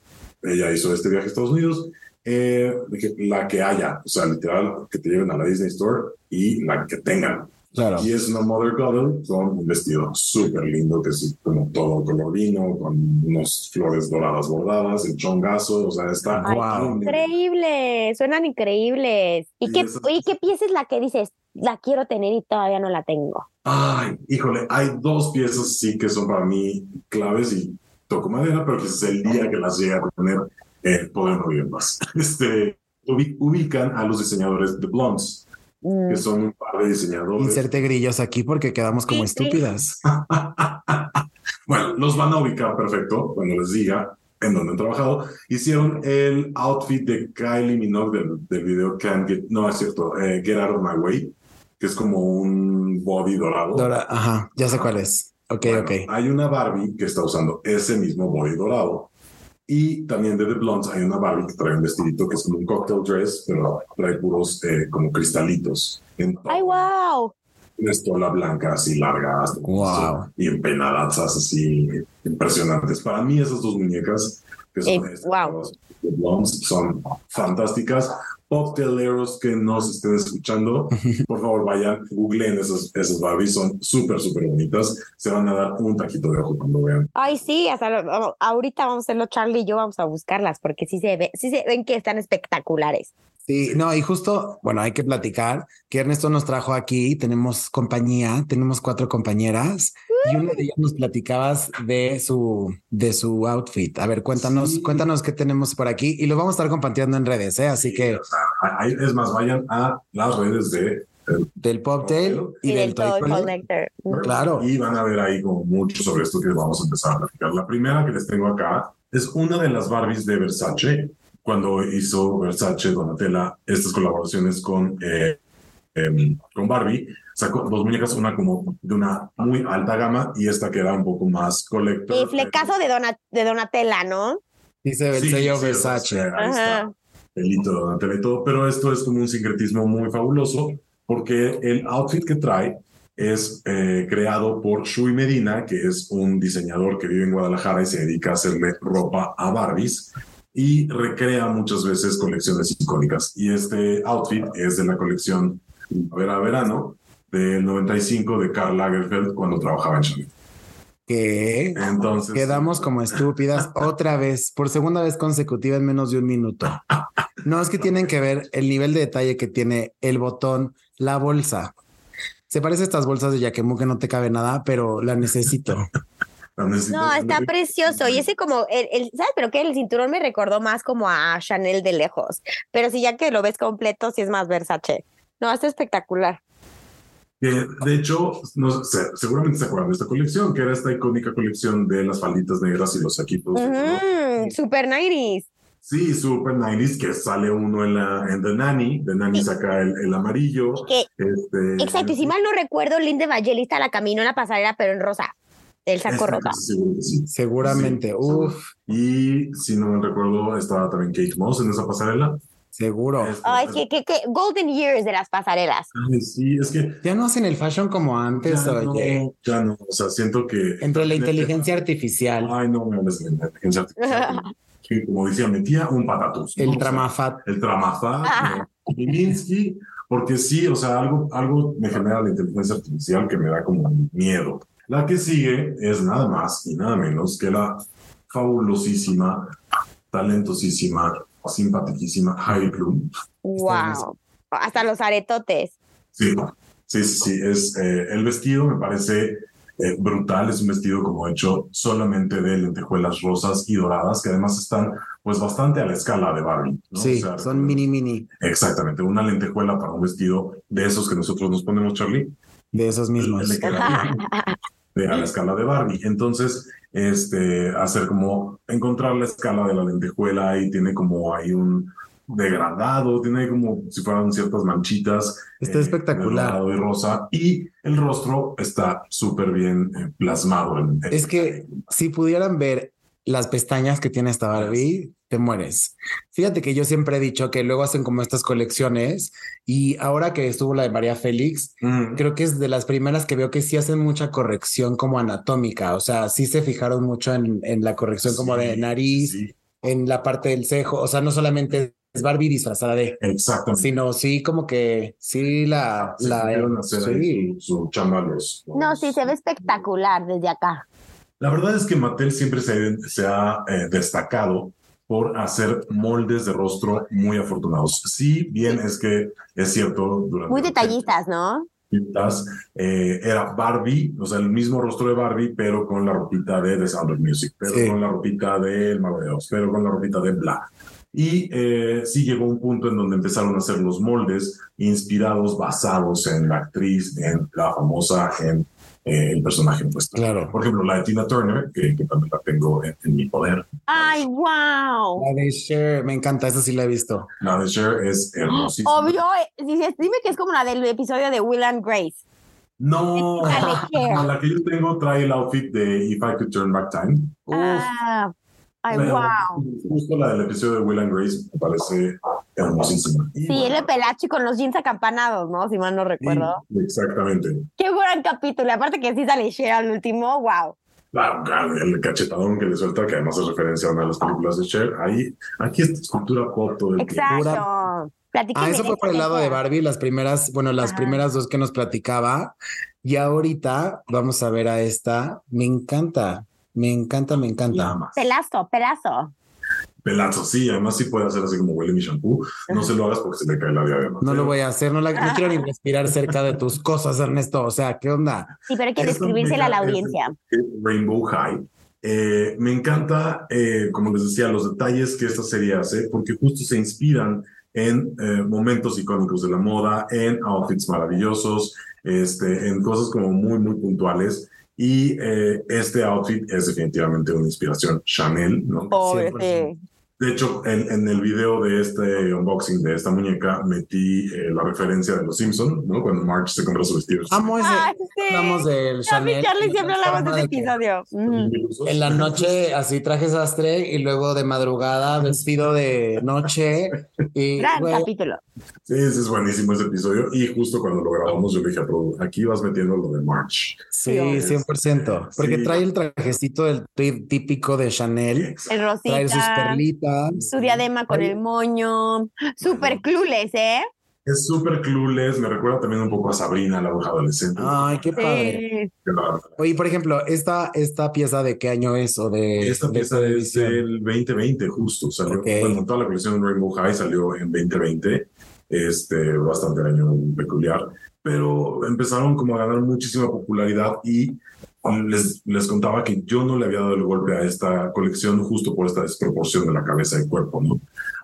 [SPEAKER 4] Ella hizo este viaje a Estados Unidos. Eh, dije, la que haya, o sea, literal, que te lleven a la Disney Store y la que tengan.
[SPEAKER 2] Claro.
[SPEAKER 4] Y es una Mother Cuddle con un vestido súper lindo, que es como todo color vino, con unas flores doradas bordadas, el chongazo, o sea, está
[SPEAKER 2] Ay,
[SPEAKER 4] wow.
[SPEAKER 3] Increíble, suenan increíbles. ¿Y
[SPEAKER 4] Sí,
[SPEAKER 3] qué,
[SPEAKER 4] eso-
[SPEAKER 3] ¿Y qué pieza es la que dices, la quiero tener y todavía no la tengo?
[SPEAKER 4] Ay, híjole, hay dos piezas sí que son para mí claves y toco madera, pero quizás el día que las llegue a tener, eh, podré morir en paz. Este, ubi- ubican a los diseñadores de Blondes,
[SPEAKER 3] Mm.
[SPEAKER 4] que son un par de diseñadores.
[SPEAKER 2] Inserte grillos aquí porque quedamos como
[SPEAKER 3] Sí, sí.
[SPEAKER 2] estúpidas.
[SPEAKER 4] Bueno, los van a ubicar perfecto cuando les diga en dónde han trabajado. Hicieron el outfit de Kylie Minogue del, del video Can't Get, no es cierto, eh, Get Out of My Way, que es como un body dorado.
[SPEAKER 2] Dora, ajá, ya sé cuál es. Ok,
[SPEAKER 4] Bueno,
[SPEAKER 2] ok.
[SPEAKER 4] Hay una Barbie que está usando ese mismo body dorado. Y también de The Blondes hay una Barbie que trae un vestidito que es como un cocktail dress, pero trae puros eh, como cristalitos. En
[SPEAKER 3] ¡Ay, wow!
[SPEAKER 4] una estola blanca así larga hasta el
[SPEAKER 2] Wow.
[SPEAKER 4] piso, y empenadazas así impresionantes. Para mí esas dos muñecas que son
[SPEAKER 3] Eh,
[SPEAKER 4] estas,
[SPEAKER 3] wow.
[SPEAKER 4] los Blondes, son fantásticas. Popteleros que nos estén escuchando, por favor vayan, googleen esas, esas Barbies, son súper, súper bonitas. Se van a dar un taquito de ojo cuando vean.
[SPEAKER 3] Ay, sí, hasta lo- vamos- ahorita vamos a hacerlo, Charlie y yo vamos a buscarlas porque sí se, ve, sí se ven que están espectaculares.
[SPEAKER 2] Sí, no, y justo, bueno, hay que platicar que Ernesto nos trajo aquí, tenemos compañía, tenemos cuatro compañeras y una de ellas nos platicabas de su de su outfit. A ver, cuéntanos,
[SPEAKER 4] Sí.
[SPEAKER 2] cuéntanos qué tenemos por aquí y lo vamos a estar compartiendo en redes, ¿eh? Así que
[SPEAKER 4] O sea, ahí- es más, vayan a las redes de
[SPEAKER 2] del poptail y, del, toy
[SPEAKER 3] Toy
[SPEAKER 2] Color.
[SPEAKER 3] Collector.
[SPEAKER 2] Claro.
[SPEAKER 4] Y van a ver ahí como mucho sobre esto que vamos a empezar a platicar. La primera que les tengo acá es una de las Barbies de Versace. Cuando hizo Versace Donatella estas colaboraciones con, eh, em, con Barbie, sacó dos muñecas, una como de una muy alta gama y esta que era un poco más colector.
[SPEAKER 3] Y flecazo de, Dona- de Donatella, ¿no?
[SPEAKER 2] Dice el
[SPEAKER 4] Sí,
[SPEAKER 2] sello
[SPEAKER 4] sí,
[SPEAKER 2] Versace.
[SPEAKER 4] ahí está
[SPEAKER 3] Ajá.
[SPEAKER 4] delito de Donatello y todo, pero esto es como un sincretismo muy fabuloso porque el outfit que trae es eh, creado por Shui Medina, que es un diseñador que vive en Guadalajara y se dedica a hacerle ropa a Barbies y recrea muchas veces colecciones icónicas. Y este outfit es de la colección Primavera Verano del 95 de Karl Lagerfeld cuando trabajaba en Chanel.
[SPEAKER 2] Que
[SPEAKER 4] Entonces
[SPEAKER 2] quedamos como estúpidas otra vez, por segunda vez consecutiva en menos de un minuto. No es que tienen que ver el nivel de detalle que tiene el botón, la bolsa. Se parece a estas bolsas de Yakemu que no te cabe nada, pero la necesito.
[SPEAKER 4] la necesitas-
[SPEAKER 3] No, está precioso. Y ese como, el, el- ¿sabes? Pero que el cinturón me recordó más como a Chanel de lejos. Pero si ya que lo ves completo, sí es más Versace. No, está espectacular.
[SPEAKER 4] que de hecho, no sé, seguramente se acuerdan de esta colección, que era esta icónica colección de las falditas negras y los saquitos.
[SPEAKER 3] Ujú,
[SPEAKER 4] ¿no?
[SPEAKER 3] Super 90
[SPEAKER 4] Sí, Super 90s, que sale uno en, la, en The Nanny, The Nanny saca el, el amarillo.
[SPEAKER 3] que
[SPEAKER 4] Este,
[SPEAKER 3] Exacto, y si mal no recuerdo, Linda Evangelista la caminó en la pasarela, pero en rosa. El saco
[SPEAKER 4] Exacto,
[SPEAKER 3] rosa.
[SPEAKER 4] seguro que sí.
[SPEAKER 2] Seguramente,
[SPEAKER 4] Sí.
[SPEAKER 2] uff,
[SPEAKER 4] Y si no me recuerdo, estaba también Kate Moss en esa pasarela.
[SPEAKER 2] seguro.
[SPEAKER 4] Este,
[SPEAKER 3] Ay, es que, que, que- Golden Years de las pasarelas.
[SPEAKER 4] ay, sí, es que
[SPEAKER 2] Ya no hacen el fashion como antes,
[SPEAKER 4] ya
[SPEAKER 2] oye.
[SPEAKER 4] no, ya no, o sea, siento que...
[SPEAKER 2] Entre la inteligencia artificial,
[SPEAKER 4] Ay, no me hables de la inteligencia artificial. Que, como decía, metía un patatús. ¿no? O
[SPEAKER 2] el
[SPEAKER 4] sea,
[SPEAKER 2] tramafat.
[SPEAKER 4] el Tramafá, el Minsky, porque sí, o sea, algo, algo me genera la inteligencia artificial que me da como miedo. La que sigue es nada más y nada menos que la fabulosísima, talentosísima, simpaticísima Heidi Klum.
[SPEAKER 3] Wow. Hasta los aretotes.
[SPEAKER 4] Sí, sí, sí, sí, es eh, el vestido me parece eh, brutal, es un vestido como hecho solamente de lentejuelas rosas y doradas, que además están pues bastante a la escala de Barbie. ¿no?
[SPEAKER 2] Sí,
[SPEAKER 4] O sea,
[SPEAKER 2] son mini, mini
[SPEAKER 4] Exactamente, una lentejuela para un vestido de esos que nosotros nos ponemos, Charlie.
[SPEAKER 2] de esos mismos.
[SPEAKER 4] Le queda bien, de- a la escala de Barbie. Entonces, este, hacer como encontrar la escala de la lentejuela y tiene como ahí un degradado, tiene como si fueran ciertas manchitas. eh,
[SPEAKER 2] Está espectacular.
[SPEAKER 4] de dorado Y rosa. Y el rostro está súper bien eh, plasmado. en- en-
[SPEAKER 2] Es que si pudieran ver las pestañas que tiene esta Barbie, te mueres. Fíjate que yo siempre he dicho que luego hacen como estas colecciones y ahora que estuvo la de María Félix,
[SPEAKER 4] Mm.
[SPEAKER 2] creo que es de las primeras que veo que sí hacen mucha corrección como anatómica, o sea, sí se fijaron mucho en, en la corrección como de
[SPEAKER 4] Sí,
[SPEAKER 2] nariz,
[SPEAKER 4] sí.
[SPEAKER 2] en la parte del cejo, o sea, no solamente es Barbie disfrazada de,
[SPEAKER 4] Exactamente.
[SPEAKER 2] sino sí como que sí la
[SPEAKER 4] Se
[SPEAKER 2] la
[SPEAKER 4] pudieron hacer ahí
[SPEAKER 2] sí.
[SPEAKER 4] su, su chamba los-
[SPEAKER 3] No,
[SPEAKER 4] los-
[SPEAKER 3] sí, se ve espectacular desde acá.
[SPEAKER 4] La verdad es que Mattel siempre se, se ha eh, destacado por hacer moldes de rostro muy afortunados. Sí, bien es que es cierto. durante
[SPEAKER 3] Muy
[SPEAKER 4] los
[SPEAKER 3] detallistas, ¿no?
[SPEAKER 4] 80s, eh, era Barbie, o sea, el mismo rostro de Barbie, pero con la ropita de The Sound of Music, pero
[SPEAKER 2] Sí.
[SPEAKER 4] con la ropita de El Mago de Oz, pero con la ropita de Bla. Y eh, sí llegó un punto en donde empezaron a hacer los moldes inspirados, basados en la actriz, en la famosa, en eh, el personaje en cuestión.
[SPEAKER 2] claro
[SPEAKER 4] Por ejemplo, la de Tina Turner, que, que también la tengo en, en mi poder.
[SPEAKER 3] Ay, wow.
[SPEAKER 2] la de Cher me encanta esa sí la he visto
[SPEAKER 4] La de Cher es hermosísima.
[SPEAKER 3] Obvio, eh, dices, dime que es como la del episodio de Will and Grace.
[SPEAKER 4] No,
[SPEAKER 3] Dale, Cher.
[SPEAKER 4] la que yo tengo trae el outfit de If I Could Turn Back Time.
[SPEAKER 2] Uf,
[SPEAKER 3] Ah, ay,
[SPEAKER 4] Pero
[SPEAKER 3] wow.
[SPEAKER 4] Justo la del episodio de Will and Grace me parece hermosísima. Y
[SPEAKER 3] Sí,
[SPEAKER 4] bueno,
[SPEAKER 3] el de Pelachi con los jeans acampanados, ¿no? Si mal no recuerdo.
[SPEAKER 4] sí, Exactamente.
[SPEAKER 3] Qué buen capítulo. Aparte que sí sale Cher al último, wow.
[SPEAKER 4] La- la- el cachetadón que le suelta, que además es referencia a una de las películas de Cher. Ahí, aquí es cultura pop todo el tiempo.
[SPEAKER 3] Exacto. Platíqueme.
[SPEAKER 2] Ah, eso fue por el lado de Barbie, las primeras, bueno, las
[SPEAKER 3] Ajá.
[SPEAKER 2] primeras dos que nos platicaba. Y ahorita vamos a ver a esta. Me encanta, me encanta, me
[SPEAKER 4] Nada
[SPEAKER 2] encanta.
[SPEAKER 4] más.
[SPEAKER 3] Pelazo, pelazo.
[SPEAKER 4] Pelazo, sí, además sí puede hacer así como huele mi shampoo. No se lo hagas porque se te cae la diadema.
[SPEAKER 2] No lo voy a hacer, no, la, no quiero ni respirar cerca de tus cosas, Ernesto. O sea, ¿qué onda?
[SPEAKER 3] Sí, pero hay que
[SPEAKER 4] Eso,
[SPEAKER 3] describírsela a la
[SPEAKER 4] mira, eso.
[SPEAKER 3] audiencia.
[SPEAKER 4] Rainbow High. Eh, me encanta, eh, como les decía, los detalles que esta serie hace, porque justo se inspiran en eh, momentos icónicos de la moda, en outfits maravillosos, este, en cosas como muy, muy puntuales. Y eh, este outfit es definitivamente una inspiración Chanel, ¿no?
[SPEAKER 3] Pobre,
[SPEAKER 2] siempre
[SPEAKER 3] sí.
[SPEAKER 4] De hecho, en, en el video de este unboxing de esta muñeca metí eh, la referencia de Los Simpson, ¿no? Cuando Marge se compra su vestido.
[SPEAKER 2] Amo ese.
[SPEAKER 3] Ay,
[SPEAKER 2] Pues, eh, Hablamos
[SPEAKER 3] sí.
[SPEAKER 2] del
[SPEAKER 3] Charlie,
[SPEAKER 2] Chanel.
[SPEAKER 3] Charlie
[SPEAKER 2] la
[SPEAKER 3] siempre hablamos de
[SPEAKER 2] forma
[SPEAKER 3] ese
[SPEAKER 2] que
[SPEAKER 3] episodio. Mm. Ujú.
[SPEAKER 2] En la noche, así traje sastre y luego de madrugada, vestido de noche. Y
[SPEAKER 3] Gran
[SPEAKER 2] güey,
[SPEAKER 3] capítulo.
[SPEAKER 4] Sí, ese es buenísimo ese episodio. Y justo cuando lo grabamos, yo le dije a Produ, aquí vas metiendo lo de March.
[SPEAKER 2] sí,
[SPEAKER 3] Dios.
[SPEAKER 2] 100%. Porque
[SPEAKER 4] Sí.
[SPEAKER 2] trae el trajecito del tri- típico de Chanel.
[SPEAKER 3] El
[SPEAKER 2] Trae sus
[SPEAKER 3] Rosita,
[SPEAKER 2] perlitas.
[SPEAKER 3] su diadema con el moño. Super clueless, ¿eh?
[SPEAKER 4] Es súper clueless. Me recuerda también un poco a Sabrina, la bruja adolescente.
[SPEAKER 2] Ay, qué padre.
[SPEAKER 3] Sí.
[SPEAKER 4] Que la-
[SPEAKER 2] Oye, por ejemplo, esta, esta pieza de qué año es o de
[SPEAKER 4] Esta
[SPEAKER 2] de
[SPEAKER 4] pieza
[SPEAKER 2] qué
[SPEAKER 4] es
[SPEAKER 2] edición?
[SPEAKER 4] del 2020, justo. Salió,
[SPEAKER 2] Ok.
[SPEAKER 4] Bueno, toda la colección de Rainbow High salió en 2020. Este, bastante año peculiar. Pero empezaron como a ganar muchísima popularidad y les, les contaba que yo no le había dado el golpe a esta colección justo por esta desproporción de la cabeza y cuerpo, ¿no?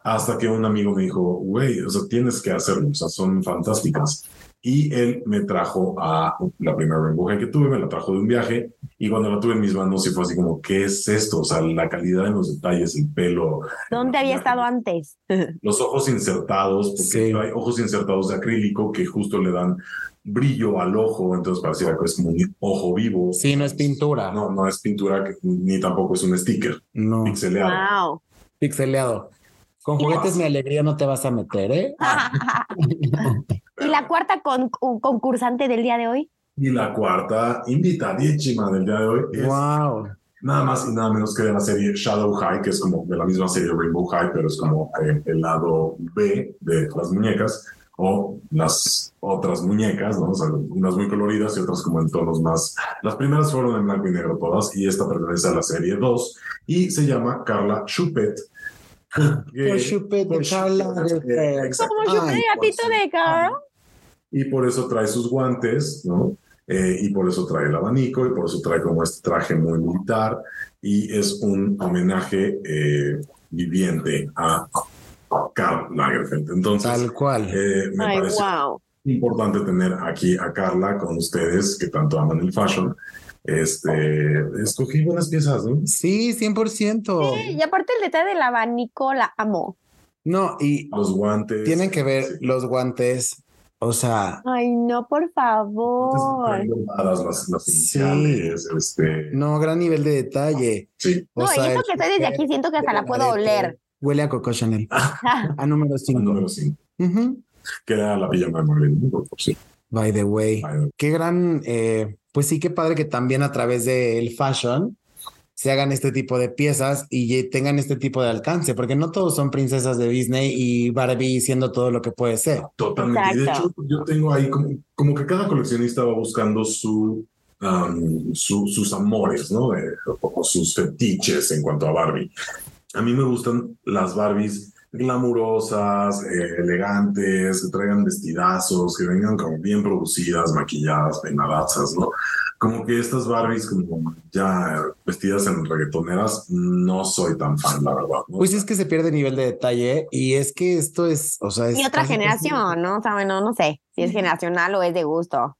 [SPEAKER 4] Hasta que un amigo me dijo, güey, o sea, tienes que hacerlo, o sea, son fantásticas. Y él me trajo a la primera Rainbow High que tuve, me la trajo de un viaje y cuando la tuve en mis manos sí fue así como, ¿qué es esto? O sea, la calidad en los detalles, el pelo.
[SPEAKER 3] ¿Dónde había estado antes?
[SPEAKER 4] Los ojos insertados, porque
[SPEAKER 2] Sí.
[SPEAKER 4] hay ojos insertados de acrílico que justo le dan brillo al ojo, entonces parecía que es como un ojo vivo.
[SPEAKER 2] Sí, no es pintura. No.
[SPEAKER 4] No, no es pintura que- ni tampoco es un sticker pixeleado.
[SPEAKER 2] Ah.
[SPEAKER 3] Wow.
[SPEAKER 2] Pixeleado. Con juguetes mi alegría no te vas a meter, ¿eh?
[SPEAKER 3] Ah. ¿Y la cuarta con- un concursante del día de hoy?
[SPEAKER 4] Y la cuarta invitadísima del día de hoy es
[SPEAKER 2] wow.
[SPEAKER 4] nada más y nada menos que de la serie Shadow High, que es como de la misma serie Rainbow High, pero es como eh, el lado B de las muñecas o las otras muñecas, ¿no? O sea, unas muy coloridas y otras como en tonos más. Las primeras fueron en blanco y negro todas y esta pertenece a la serie 2 y se llama Carla Chupet. Que-
[SPEAKER 2] Por Chupet,
[SPEAKER 4] por
[SPEAKER 2] Carla,
[SPEAKER 4] Chupet,
[SPEAKER 2] de-
[SPEAKER 4] eh, exacto.
[SPEAKER 3] Como yo
[SPEAKER 2] Ay,
[SPEAKER 3] el gatito de Carl.
[SPEAKER 4] y por eso trae sus guantes, ¿no? Eh, y por eso trae el abanico, y por eso trae como este traje muy militar, y es un homenaje eh, viviente a Karl Lagerfeld. Entonces,
[SPEAKER 2] Tal cual.
[SPEAKER 4] eh, me
[SPEAKER 3] Ay,
[SPEAKER 4] parece
[SPEAKER 3] wow.
[SPEAKER 4] importante tener aquí a Carla con ustedes, que tanto aman el fashion. Este, escogí buenas piezas, ¿no?
[SPEAKER 2] Sí, 100%.
[SPEAKER 3] Sí, y aparte el detalle del abanico la amo.
[SPEAKER 2] No, y
[SPEAKER 4] Los guantes.
[SPEAKER 2] tienen que ver
[SPEAKER 4] Sí.
[SPEAKER 2] los guantes. O sea,
[SPEAKER 3] Ay, no, por
[SPEAKER 4] Entonces,
[SPEAKER 3] favor.
[SPEAKER 4] traen bordadas las, las
[SPEAKER 2] Sí.
[SPEAKER 4] iniciales, este,
[SPEAKER 2] no, gran nivel de detalle.
[SPEAKER 4] sí,
[SPEAKER 2] O
[SPEAKER 3] No, y
[SPEAKER 2] sea,
[SPEAKER 3] eso
[SPEAKER 2] el
[SPEAKER 3] que estoy desde
[SPEAKER 2] Chupet
[SPEAKER 3] aquí siento que hasta la puedo
[SPEAKER 2] arete
[SPEAKER 3] oler.
[SPEAKER 2] eh. Huele a Coco Chanel. A número 5.
[SPEAKER 4] Ah, número 5, que era la pijama de Marilyn, por por cierto.
[SPEAKER 2] By the way. Qué gran, eh, pues sí, qué padre que también a través del fashion se hagan este tipo de piezas y ye- tengan este tipo de alcance, porque no todos son princesas de Disney y Barbie siendo todo lo que puede ser.
[SPEAKER 4] Totalmente. Y de
[SPEAKER 3] Exacto.
[SPEAKER 4] hecho, yo tengo ahí como, como que cada coleccionista va buscando su, am, su- sus amores, ¿no? Eh, o, o sus fetiches en cuanto a Barbie. A mí me gustan las Barbies glamurosas, eh, elegantes, que traigan vestidazos, que vengan como bien producidas, maquilladas, peinadazas, ¿no? Como que estas Barbies como ya vestidas en reggaetoneras, no soy tan fan, la verdad. ¿no?
[SPEAKER 2] Pues es que se pierde nivel de detalle y es que esto es, o sea, es
[SPEAKER 3] Y otra
[SPEAKER 2] casi-
[SPEAKER 3] generación, ¿no? O sea, bueno, no sé si es generacional o es de gusto.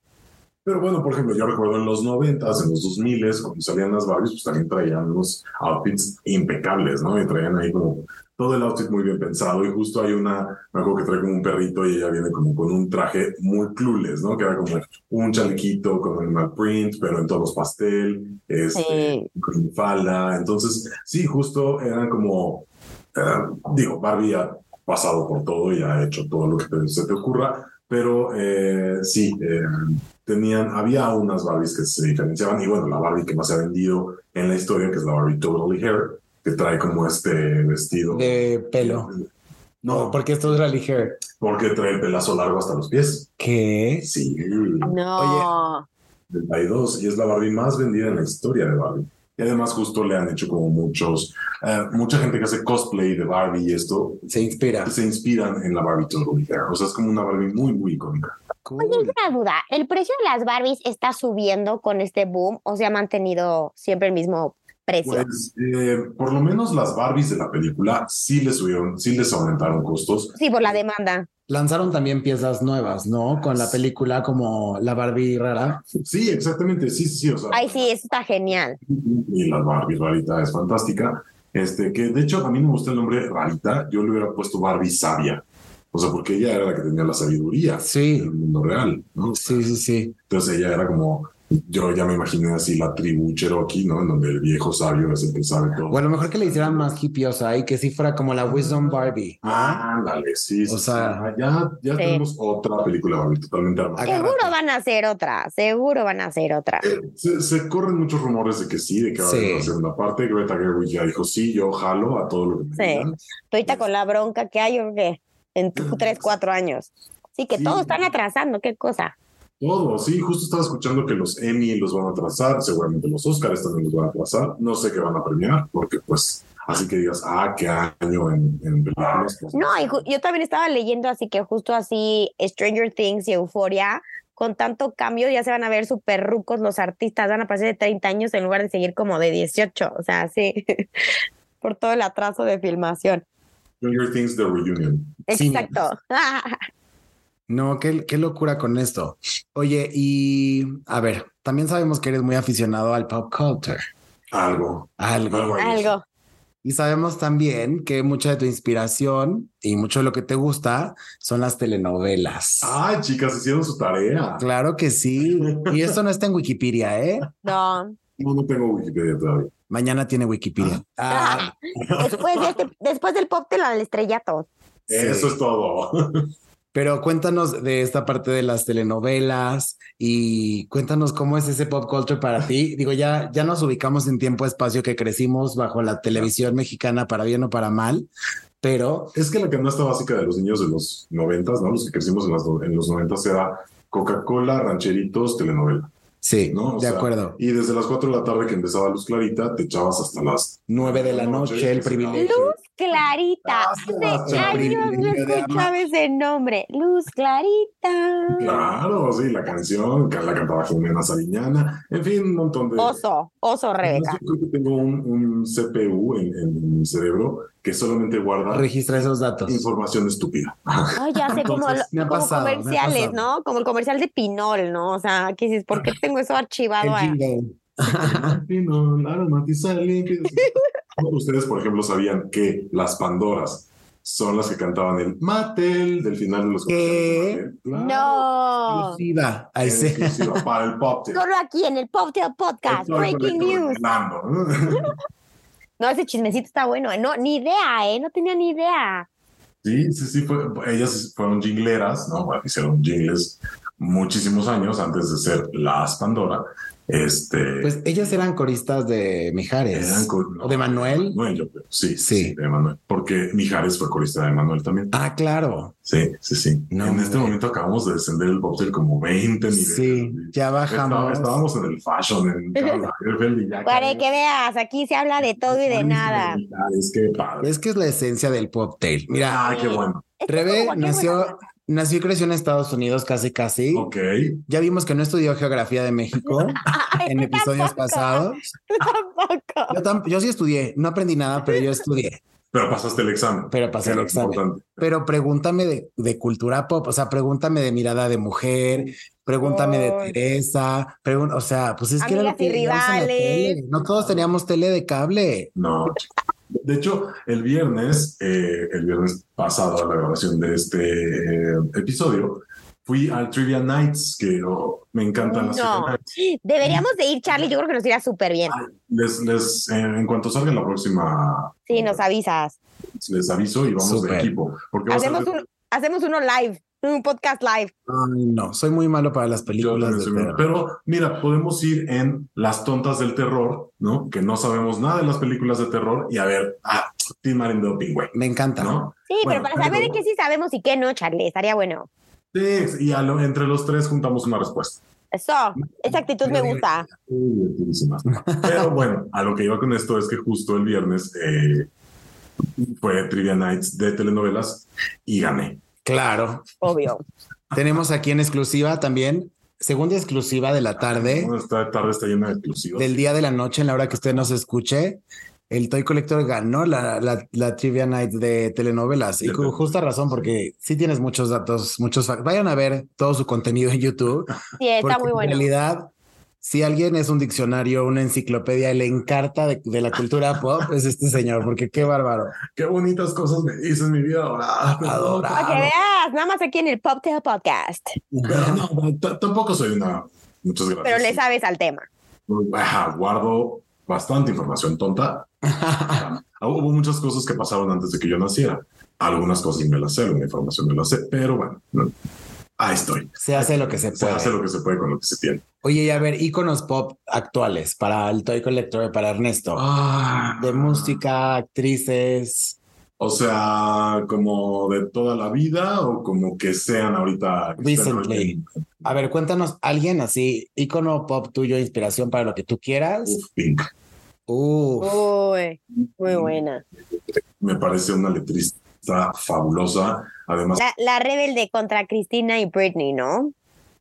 [SPEAKER 4] Pero bueno, por ejemplo, yo recuerdo en los 90, en los 2000, cuando salían las Barbies, pues también traían unos outfits impecables, ¿no? Y traían ahí como todo el outfit muy bien pensado. Y justo hay una, me acuerdo que trae como un perrito y ella viene como con un traje muy clueless, ¿no? Que era como un chalequito con animal print, pero en tonos pastel, este,
[SPEAKER 3] Sí.
[SPEAKER 4] con falda. Entonces, sí, justo eran como, eh, digo, Barbie ha pasado por todo y ha hecho todo lo que te- se te ocurra, pero eh, sí, eh, tenían, había unas Barbies que se diferenciaban y bueno, la Barbie que más se ha vendido en la historia, que es la Barbie Totally Hair, que trae como este vestido.
[SPEAKER 2] de pelo.
[SPEAKER 4] No, porque,
[SPEAKER 2] porque esto es rally hair.
[SPEAKER 4] porque trae el pelazo largo hasta los pies.
[SPEAKER 2] ¿Qué?
[SPEAKER 4] Sí,
[SPEAKER 3] No.
[SPEAKER 4] 32 y es la Barbie más vendida en la historia de Barbie. Y además justo le han hecho como muchos, eh, mucha gente que hace cosplay de Barbie y esto,
[SPEAKER 2] Se inspira.
[SPEAKER 4] se inspiran en la Barbie Totally Hair. O sea, es como una Barbie muy, muy icónica.
[SPEAKER 3] Oye, es una duda. ¿El precio de las Barbies está subiendo con este boom o se ha mantenido siempre el mismo precio?
[SPEAKER 4] Pues, eh, por lo menos las Barbies de la película sí les subieron, sí les aumentaron costos.
[SPEAKER 3] Sí, por la demanda.
[SPEAKER 2] Lanzaron también piezas nuevas, ¿no? Con la película como la Barbie rara.
[SPEAKER 4] Sí, exactamente, sí, sí, sí. O sea,
[SPEAKER 3] Ay, sí, eso está genial.
[SPEAKER 4] y la Barbie rarita es fantástica. Este, que de hecho a mí no me gusta el nombre rarita, yo le hubiera puesto Barbie sabia. O sea, porque ella era la que tenía la sabiduría
[SPEAKER 2] Sí,
[SPEAKER 4] del mundo real, ¿no?
[SPEAKER 2] sí, sí, sí.
[SPEAKER 4] Entonces ella era como, yo ya me imaginé así la tribu Cherokee, ¿no? En donde el viejo sabio es el que sabe todo.
[SPEAKER 2] O a lo mejor que le hicieran más hippiosa y que sí fuera como la Wisdom Barbie.
[SPEAKER 4] Ah, ándale, sí. sí,
[SPEAKER 2] O sea- Ah.
[SPEAKER 4] sí. ya, ya
[SPEAKER 3] Sí.
[SPEAKER 4] tenemos otra película Barbie totalmente armada.
[SPEAKER 2] Agárrate.
[SPEAKER 3] Seguro van a hacer otra, seguro van a hacer otra.
[SPEAKER 4] Eh, Se, se corren muchos rumores de que sí, de que va a haber
[SPEAKER 2] Sí.
[SPEAKER 4] una segunda parte. Greta Gerwig ya dijo, sí, yo jalo a todo lo que me
[SPEAKER 3] Sí.
[SPEAKER 4] digan".
[SPEAKER 3] Ahorita con la bronca que hay, yo creo que en t- tres, cuatro años. Sí, que
[SPEAKER 4] Sí.
[SPEAKER 3] todos están atrasando, qué cosa.
[SPEAKER 4] Todo, sí, justo estaba escuchando que los Emmy los van a atrasar, seguramente los Oscars también los van a atrasar, no sé qué van a premiar, porque pues, así que digas, ah, qué año en, en películas. pues,
[SPEAKER 3] No, y ju- yo también estaba leyendo así que justo así Stranger Things y Euforia, con tanto cambio ya se van a ver súper rucos los artistas, van a pasar de 30 años en lugar de seguir como de 18, o sea, sí, por todo el atraso de filmación.
[SPEAKER 4] Stranger Things The Reunion.
[SPEAKER 2] Sí.
[SPEAKER 3] Exacto.
[SPEAKER 2] No, qué, qué locura con esto. Oye, y a ver, también sabemos que eres muy aficionado al pop culture.
[SPEAKER 4] Algo.
[SPEAKER 2] Algo.
[SPEAKER 4] Algo. ahí.
[SPEAKER 3] Algo.
[SPEAKER 2] Y sabemos también que mucha de tu inspiración y mucho de lo que te gusta son las telenovelas.
[SPEAKER 4] Ay, chicas, hicieron su tarea.
[SPEAKER 2] Claro que sí. Y esto no está en Wikipedia, ¿eh?
[SPEAKER 3] No.
[SPEAKER 4] No, no tengo Wikipedia todavía.
[SPEAKER 2] Mañana tiene Wikipedia. Ah,
[SPEAKER 3] Después, de este- después del pop te la del estrellato.
[SPEAKER 2] sí.
[SPEAKER 4] Eso es todo.
[SPEAKER 2] Pero cuéntanos de esta parte de las telenovelas y cuéntanos cómo es ese pop culture para ti. Digo, ya, ya nos ubicamos en tiempo-espacio que crecimos bajo la televisión mexicana, para bien o para mal, pero
[SPEAKER 4] Es que la canasta básica de los niños de los noventas, ¿no? Los que crecimos en, las no- en los noventas era Coca-Cola, rancheritos, telenovela.
[SPEAKER 2] sí,
[SPEAKER 4] No, o
[SPEAKER 2] de
[SPEAKER 4] sea,
[SPEAKER 2] acuerdo.
[SPEAKER 4] Y desde las 4 de la tarde que empezaba Luz Clarita, te echabas hasta las
[SPEAKER 2] Nueve de la noche, el privilegio.
[SPEAKER 3] Luz Clarita. Hace
[SPEAKER 2] Gracias,
[SPEAKER 3] años no
[SPEAKER 2] privilegio de
[SPEAKER 3] escuchaba ese nombre. Luz Clarita.
[SPEAKER 4] Claro, sí, la canción, que la cantaba Jimena Sariñana, en fin, un montón de...
[SPEAKER 3] Oso, oso Rebeca.
[SPEAKER 4] Además, Yo creo que tengo un, un CPU en, en mi cerebro que solamente guarda
[SPEAKER 2] Registra esos datos.
[SPEAKER 4] información estúpida.
[SPEAKER 3] Ay, ya sé, como,
[SPEAKER 2] Entonces,
[SPEAKER 3] lo-
[SPEAKER 2] me ha
[SPEAKER 3] como
[SPEAKER 2] pasado, me ha
[SPEAKER 3] comerciales,
[SPEAKER 2] pasado.
[SPEAKER 3] ¿no? Como el comercial de Pinol, ¿no? O sea, ¿qué dices? ¿Por qué tengo eso
[SPEAKER 2] El
[SPEAKER 3] archivado? ahí?
[SPEAKER 2] jingle.
[SPEAKER 4] Y no, aromatizar líquidos. Ustedes, por ejemplo, sabían que las Pandoras son las que cantaban el Matel del final de los
[SPEAKER 2] ¿Qué?
[SPEAKER 4] comerciales de Mattel. Claro.
[SPEAKER 2] Ah,
[SPEAKER 3] No.
[SPEAKER 2] Exclusiva. Ahí
[SPEAKER 4] En
[SPEAKER 2] se-
[SPEAKER 4] exclusiva Para el pop.
[SPEAKER 3] Solo aquí en el Poptail Podcast. Breaking News. No, ese chismecito está bueno. ¿eh? No, ni idea, ¿eh? No tenía ni idea.
[SPEAKER 4] Sí, sí, sí, fue- ellas fueron jingleras, ¿no? Bueno, hicieron jingles muchísimos años antes de ser las Pandora. Este,
[SPEAKER 2] Pues ellas eran coristas de Mijares.
[SPEAKER 4] eran con-
[SPEAKER 2] ¿O de Manuel?
[SPEAKER 4] Manuel, yo creo. Sí,
[SPEAKER 2] Sí.
[SPEAKER 4] sí, de Manuel. Porque Mijares fue corista de Manuel también.
[SPEAKER 2] Ah, claro.
[SPEAKER 4] Sí, sí, sí.
[SPEAKER 2] No,
[SPEAKER 4] en este
[SPEAKER 2] hombre.
[SPEAKER 4] momento acabamos de descender el poptail como 20 niveles.
[SPEAKER 2] Sí, ya
[SPEAKER 4] Estaba-
[SPEAKER 2] bajamos.
[SPEAKER 4] estábamos en el fashion, en Karl Lagerfeld y ya.
[SPEAKER 3] Para que veas, aquí se habla de todo y de nada.
[SPEAKER 4] Es que padre.
[SPEAKER 2] Es que es la esencia del poptail. Mira,
[SPEAKER 4] Ah, qué bueno.
[SPEAKER 2] Rebe
[SPEAKER 3] como- qué buena
[SPEAKER 2] nació, nació y creció en Estados Unidos casi casi.
[SPEAKER 4] Ok.
[SPEAKER 2] Ya vimos que no estudió geografía de México en episodios pasados.
[SPEAKER 3] Tampoco.
[SPEAKER 2] Yo, tam- yo sí estudié, no aprendí nada, pero yo estudié.
[SPEAKER 4] Pero pasaste el examen.
[SPEAKER 2] Pero pasé el
[SPEAKER 4] Era
[SPEAKER 2] examen.
[SPEAKER 4] importante.
[SPEAKER 2] Pero pregúntame de, de cultura pop, o sea, pregúntame de mirada de mujer, pregúntame de
[SPEAKER 3] Ay.
[SPEAKER 2] Teresa, pregun- o sea, pues es que
[SPEAKER 3] Amigas y
[SPEAKER 2] veíamos en la
[SPEAKER 3] rivales.
[SPEAKER 2] tele. No todos teníamos tele de cable.
[SPEAKER 4] No. De hecho, el viernes, eh, el viernes pasado a la grabación de este eh, episodio, fui al Trivia Nights, que oh, me encantan las
[SPEAKER 3] No.
[SPEAKER 4] Trivia Nights.
[SPEAKER 3] Deberíamos de ir, Charlie. Yo creo que nos irá súper bien.
[SPEAKER 4] Les, les, eh, en cuanto salga la próxima,
[SPEAKER 3] Sí, nos avisas.
[SPEAKER 4] les aviso y vamos de
[SPEAKER 2] Súper.
[SPEAKER 4] equipo. Porque va a ser-
[SPEAKER 3] Hacemos, un, hacemos uno live, un podcast live.
[SPEAKER 2] Ay, no, soy muy malo para las
[SPEAKER 4] Yo
[SPEAKER 2] películas
[SPEAKER 4] también
[SPEAKER 2] de
[SPEAKER 4] soy muy-
[SPEAKER 2] terror.
[SPEAKER 4] Pero mira, podemos ir en Las Tontas del Terror, ¿no? Que no sabemos nada de las películas de terror y a ver, ah, Tim Marín de Opingüe,
[SPEAKER 2] Me encanta.
[SPEAKER 4] ¿no?
[SPEAKER 3] Sí,
[SPEAKER 4] Bueno,
[SPEAKER 3] pero para saber de
[SPEAKER 4] pero-
[SPEAKER 3] qué sí sabemos y qué no, Charlie, estaría bueno.
[SPEAKER 4] Sí, y a lo- entre los tres juntamos una respuesta.
[SPEAKER 3] Eso, esa actitud me gusta.
[SPEAKER 4] Divertidísimas. Pero bueno, a lo que iba con esto es que justo el viernes eh, fue Trivia Nights de telenovelas y gané.
[SPEAKER 2] Claro.
[SPEAKER 3] Obvio.
[SPEAKER 2] Tenemos aquí en exclusiva también, segunda exclusiva de
[SPEAKER 4] Ah,
[SPEAKER 2] la tarde,
[SPEAKER 4] Bueno, Esta tarde está llena de exclusivos.
[SPEAKER 2] ¿Eh? del día de la noche, en la hora que usted nos escuche. El Toy Collector ganó la, la- la Trivia Night de telenovelas y con justa razón porque sí tienes muchos datos, muchos facts. Vayan a ver todo su contenido en YouTube.
[SPEAKER 3] Sí, está
[SPEAKER 2] porque
[SPEAKER 3] muy
[SPEAKER 2] En
[SPEAKER 3] bueno.
[SPEAKER 2] realidad, si alguien es un diccionario, una enciclopedia, le encarta de, de la cultura pop, es este señor, porque qué bárbaro.
[SPEAKER 4] Qué bonitas cosas me dices, mi vida adorada.
[SPEAKER 2] Adorada.
[SPEAKER 3] Para que veas, nada más aquí en el Poptail Podcast.
[SPEAKER 4] Pero no, no, t- tampoco soy una. Muchas gracias.
[SPEAKER 3] Pero le sabes al tema.
[SPEAKER 4] Ajá, guardo bastante información tonta. Ajá. Hubo muchas cosas que pasaron antes de que yo naciera. Algunas cosas sí me las sé, una información me la sé, pero bueno, no. ahí estoy.
[SPEAKER 2] Se hace lo que se
[SPEAKER 4] Se
[SPEAKER 2] puede.
[SPEAKER 4] hace lo que se puede con lo que se tiene.
[SPEAKER 2] Oye, y a ver, íconos pop actuales para el Toy Collector, para
[SPEAKER 4] Ah,
[SPEAKER 2] Ernesto. Ah, de música, actrices.
[SPEAKER 4] O sea, como de toda la vida o como que sean ahorita. que estén ahorita
[SPEAKER 2] Recently.
[SPEAKER 4] en-
[SPEAKER 2] A ver, cuéntanos alguien así, ícono pop tuyo, inspiración para lo que tú quieras.
[SPEAKER 4] Uf, Pink.
[SPEAKER 2] Uf.
[SPEAKER 3] Uy, muy buena.
[SPEAKER 4] Me parece una letrista fabulosa. Además,
[SPEAKER 3] La, la rebelde contra Cristina y Britney, ¿no?